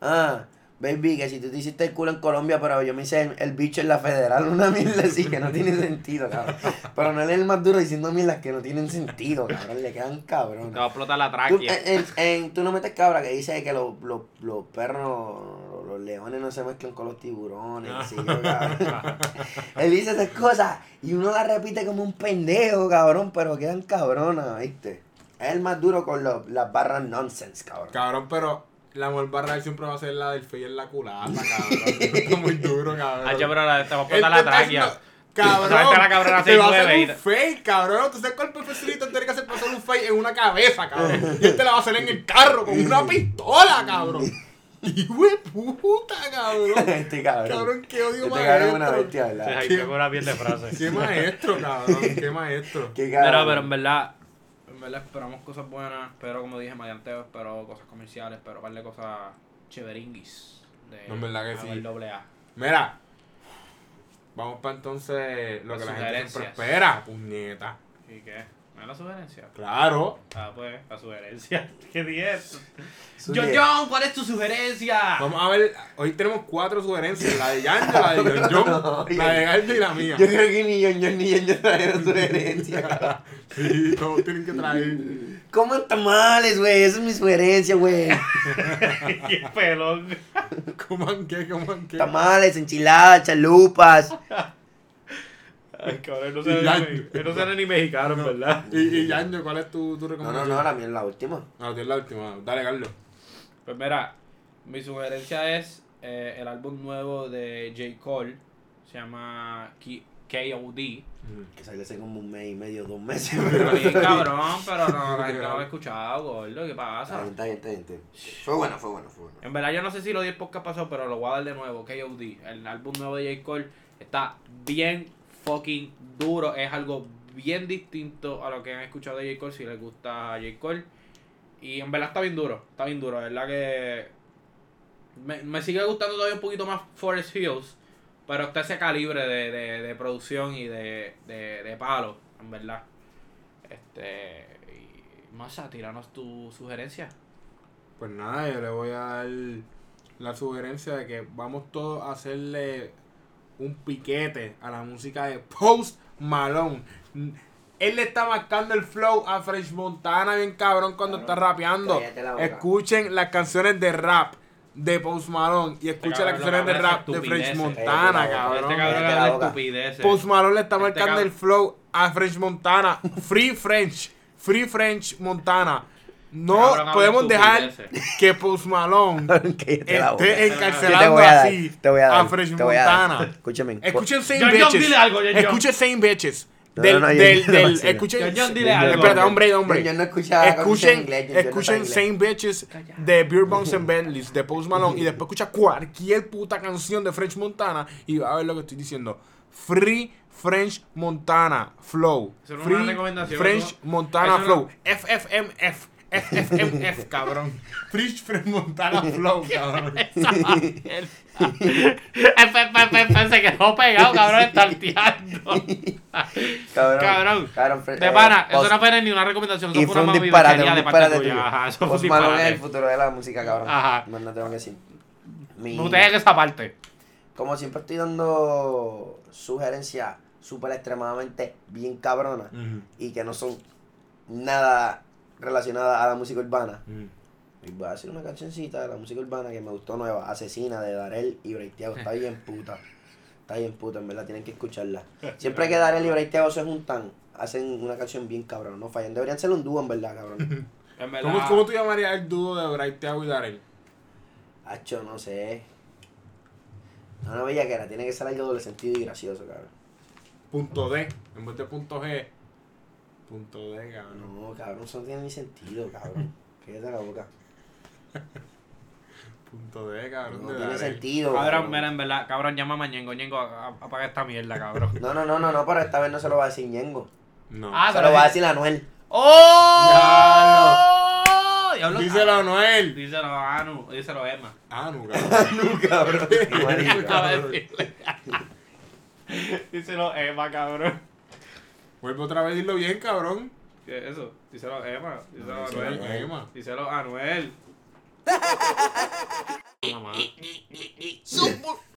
[SPEAKER 1] ah, baby, que si tú te hiciste el culo en Colombia, pero yo me hice el, el bicho en la federal, una mierda así que no tiene sentido, cabrón. Pero no él es el más duro diciendo mierdas que no tienen sentido, cabrón, le quedan cabrón.
[SPEAKER 2] Te va a explotar la
[SPEAKER 1] Tú,
[SPEAKER 2] tráquea.
[SPEAKER 1] en, en- en- tú no metes cabra que dice que los, los, los perros, los, los leones no se mezclan con los tiburones. sí, yo, cabrón. Él dice esas cosas y uno las repite como un pendejo, cabrón, pero quedan cabronas, ¿viste? Es el más duro con los- las barras nonsense, cabrón.
[SPEAKER 3] Cabrón, pero la molbarra siempre va a ser la del fey en la culata, cabrón. Está muy duro, cabrón.
[SPEAKER 2] Ah, che, pero la,
[SPEAKER 1] eh,
[SPEAKER 2] te va a
[SPEAKER 3] Él te
[SPEAKER 2] cortar la
[SPEAKER 3] está
[SPEAKER 2] tráquea.
[SPEAKER 3] haciendo-
[SPEAKER 2] Te va a
[SPEAKER 3] Cabrón,
[SPEAKER 2] estar la cabrona
[SPEAKER 3] te va a hacer
[SPEAKER 2] 6'9" y
[SPEAKER 3] un
[SPEAKER 2] te-
[SPEAKER 3] fake, cabrón. Tú sabes cuál profesorito tiene que hacer pasar un fake en una cabeza, cabrón. Y él te la va a hacer en el carro con una pistola, cabrón. Hijo de puta, cabrón.
[SPEAKER 1] Este cabrón.
[SPEAKER 3] Cabrón, qué odio
[SPEAKER 1] Este
[SPEAKER 3] maestro.
[SPEAKER 1] cabrón es una bestia, ¿verdad?
[SPEAKER 2] Sí, ahí
[SPEAKER 3] ¿Qué?
[SPEAKER 2] tengo una piel de frase.
[SPEAKER 3] Qué maestro, cabrón. Qué maestro.
[SPEAKER 1] Qué
[SPEAKER 2] Pero,
[SPEAKER 1] cabrón.
[SPEAKER 2] pero en verdad, en verdad esperamos cosas buenas, pero como dije, maleanteo, espero cosas comerciales, pero un par de cosas chéveringuis. De
[SPEAKER 3] No, en verdad que sí.
[SPEAKER 2] doble A.
[SPEAKER 3] Mira, vamos para entonces lo
[SPEAKER 2] Las
[SPEAKER 3] que la gente siempre
[SPEAKER 2] sugerencias.
[SPEAKER 3] espera, puñeta.
[SPEAKER 2] ¿Y qué? ¿No es la sugerencia?
[SPEAKER 3] Claro.
[SPEAKER 2] Ah, pues, la sugerencia. ¿Qué diez?
[SPEAKER 1] Su
[SPEAKER 2] John
[SPEAKER 1] diez.
[SPEAKER 2] John, ¿cuál es tu sugerencia?
[SPEAKER 3] Vamos a ver, hoy tenemos cuatro sugerencias, la de Yanjo, la de John
[SPEAKER 1] No,
[SPEAKER 3] John, la de Galdo y la mía.
[SPEAKER 1] Yo creo que ni yo, yo- ni yo, yo trajeron su herencia, cabrón.
[SPEAKER 3] Sí, todos tienen que traer.
[SPEAKER 1] Coman tamales, güey. Esa es mi sugerencia, güey.
[SPEAKER 2] Qué pelón.
[SPEAKER 3] Coman qué, coman qué.
[SPEAKER 1] Tamales, enchiladas,
[SPEAKER 2] Ah,
[SPEAKER 1] chalupas.
[SPEAKER 2] Ay, cabrón, no
[SPEAKER 3] Y
[SPEAKER 2] se
[SPEAKER 3] ya-
[SPEAKER 2] no suena ni mexicano, en ¿verdad?
[SPEAKER 3] Y, y Yanjo, ¿cuál es tu, tu
[SPEAKER 1] No, no,
[SPEAKER 3] recomendación?
[SPEAKER 1] no, la mía es la última.
[SPEAKER 3] no. No, tienes la última. Dale, Galdo.
[SPEAKER 2] Pues mira, mi sugerencia es eh, el álbum nuevo de J. Cole. Se llama K- KOD.
[SPEAKER 1] Que salió hace como un mes y medio, dos meses. Pero
[SPEAKER 2] Pero bien cabrón, pero no, la gente no lo ha escuchado, gordo. ¿Qué pasa?
[SPEAKER 1] Está bien, está bien, está bien. Fue bueno, fue bueno, fue bueno.
[SPEAKER 2] En verdad, yo no sé si lo di el podcast pasado, pero lo voy a dar de nuevo. KOD, el álbum nuevo de J. Cole, está bien fucking duro. Es algo bien distinto a lo que han escuchado de J. Cole. Si les gusta J. Cole. Y en verdad está bien duro. Está bien duro. Es verdad que. Me, me sigue gustando todavía un poquito más Forest Hills. Pero está ese calibre de, de, de producción y de, de, de palo, en verdad. Este. Y, Masa, tíranos tu sugerencia.
[SPEAKER 3] Pues nada, yo le voy a dar la sugerencia de que vamos todos a hacerle un piquete a la música de Post Malone. Él le está marcando el flow a Fresh Montana bien cabrón cuando
[SPEAKER 1] Cabrón,
[SPEAKER 3] está rapeando.
[SPEAKER 1] cállate la boca.
[SPEAKER 3] Escuchen las canciones de rap de Post Malone y escuchen las
[SPEAKER 2] Este cabrón
[SPEAKER 3] canciones de
[SPEAKER 2] habla
[SPEAKER 3] rap de
[SPEAKER 2] estupideces.
[SPEAKER 3] Fresh
[SPEAKER 1] Cállate la
[SPEAKER 3] Montana,
[SPEAKER 1] boca.
[SPEAKER 3] cabrón.
[SPEAKER 2] Este
[SPEAKER 1] cállate
[SPEAKER 2] cabrón
[SPEAKER 1] la
[SPEAKER 2] habla
[SPEAKER 1] boca.
[SPEAKER 2] estupideces.
[SPEAKER 3] Post Malone le está
[SPEAKER 2] Este
[SPEAKER 3] marcando
[SPEAKER 2] cabrón-
[SPEAKER 3] el flow a French Montana. Free French. Free French Montana. No
[SPEAKER 2] Cabrón, habla
[SPEAKER 3] podemos dejar
[SPEAKER 2] estupideces.
[SPEAKER 3] que Post Malone
[SPEAKER 1] Cállate la boca.
[SPEAKER 2] Este,
[SPEAKER 3] esté
[SPEAKER 1] Yo te
[SPEAKER 3] encarcelando
[SPEAKER 1] voy a dar,
[SPEAKER 3] así
[SPEAKER 1] te voy a dar,
[SPEAKER 3] French
[SPEAKER 1] te voy a dar.
[SPEAKER 3] Montana.
[SPEAKER 1] Escúchame.
[SPEAKER 3] Escuchen Same
[SPEAKER 2] John, John,
[SPEAKER 3] Bitches.
[SPEAKER 2] dile algo, John, John.
[SPEAKER 3] Escuchen Same Bitches.
[SPEAKER 1] No,
[SPEAKER 3] Del,
[SPEAKER 1] no, no, yo-
[SPEAKER 3] del,
[SPEAKER 1] yo no
[SPEAKER 3] del,
[SPEAKER 1] vacilo.
[SPEAKER 3] escuchen.
[SPEAKER 2] John, John, dile algo.
[SPEAKER 3] Espérate, hombre, hombre.
[SPEAKER 1] Yo no escuchaba
[SPEAKER 3] escuchen,
[SPEAKER 1] en inglés, yo- yo no
[SPEAKER 3] escuchen
[SPEAKER 1] estaba en
[SPEAKER 3] Same Bitches de Beer Bounce and Bentleys de Post Malone y después escucha cualquier puta canción de French Montana y va a ver lo que estoy diciendo. Free French Montana Flow.
[SPEAKER 2] Eso no es
[SPEAKER 3] Free
[SPEAKER 2] una recomendación,
[SPEAKER 3] French
[SPEAKER 2] eso-
[SPEAKER 3] Montana
[SPEAKER 2] eso no-
[SPEAKER 3] Flow. FFMF. FFMF, cabrón. Free French Montana Flow, cabrón.
[SPEAKER 2] se quedó pegado, cabrón, estarteando.
[SPEAKER 1] Cabrón.
[SPEAKER 2] Cabrón.
[SPEAKER 1] Fre-
[SPEAKER 2] De
[SPEAKER 1] eh,
[SPEAKER 2] pana, eso
[SPEAKER 1] Post-
[SPEAKER 2] no fue ni una recomendación,
[SPEAKER 1] Y
[SPEAKER 2] eso
[SPEAKER 1] fue
[SPEAKER 2] fue una
[SPEAKER 1] un disparate, un
[SPEAKER 2] mamavidachería de parte
[SPEAKER 1] disparate
[SPEAKER 2] tuya.
[SPEAKER 1] tuyo.
[SPEAKER 2] Ajá, eso fue un
[SPEAKER 1] Post Malone es
[SPEAKER 2] disparate.
[SPEAKER 1] el futuro de la música, cabrón.
[SPEAKER 2] Ajá.
[SPEAKER 1] Más no tengo que decir. Mi-
[SPEAKER 2] Ustedes esa parte.
[SPEAKER 1] Como siempre estoy dando sugerencias súper extremadamente bien cabronas y que no son nada relacionadas a la música urbana. Y voy a hacer una cancioncita de la música urbana que me gustó nueva, Asesina de Darel y Breitiago. Está bien puta. Está bien puta, en verdad tienen que escucharla. Siempre que Darel y Breitiago se juntan, hacen una canción bien cabrón, no fallan. Deberían ser un dúo en verdad, cabrón.
[SPEAKER 2] En verdad.
[SPEAKER 3] ¿Cómo, ¿Cómo tú llamarías el dúo de Bright Thiago y Darel?
[SPEAKER 1] Hacho, no sé. No, no veía que era, tiene que ser algo doble sentido y gracioso, cabrón.
[SPEAKER 3] Punto D. En vez de punto G. Punto D, cabrón.
[SPEAKER 1] No, cabrón, eso no tiene ni sentido, cabrón. Quédate la boca.
[SPEAKER 3] Punto D, cabrón.
[SPEAKER 1] No
[SPEAKER 3] de
[SPEAKER 1] tiene
[SPEAKER 3] Darel.
[SPEAKER 1] sentido.
[SPEAKER 2] Cabrón, mira, en verdad, cabrón, llama a Ñengo, Ñengo, a- a- apaga esta mierda, cabrón.
[SPEAKER 1] No, no, no, no, no, pero esta vez no se lo va a decir Ñengo.
[SPEAKER 3] No.
[SPEAKER 2] Ah,
[SPEAKER 1] se lo va a decir Anuel.
[SPEAKER 2] ¡Oh! Diablo,
[SPEAKER 3] Díselo a Noel.
[SPEAKER 2] Díselo a Anu, díselo a Emma.
[SPEAKER 3] Ah, no, cabrón.
[SPEAKER 1] No, cabrón.
[SPEAKER 2] Acaba de decirle. díselo a Emma, cabrón.
[SPEAKER 3] Vuelve otra vez a decirlo bien, cabrón.
[SPEAKER 2] ¿Qué es eso? Díselo a Emma, díselo a
[SPEAKER 3] Díselo a
[SPEAKER 2] Anuel.
[SPEAKER 3] Emma.
[SPEAKER 2] Díselo a Anuel. Mamá.
[SPEAKER 5] Super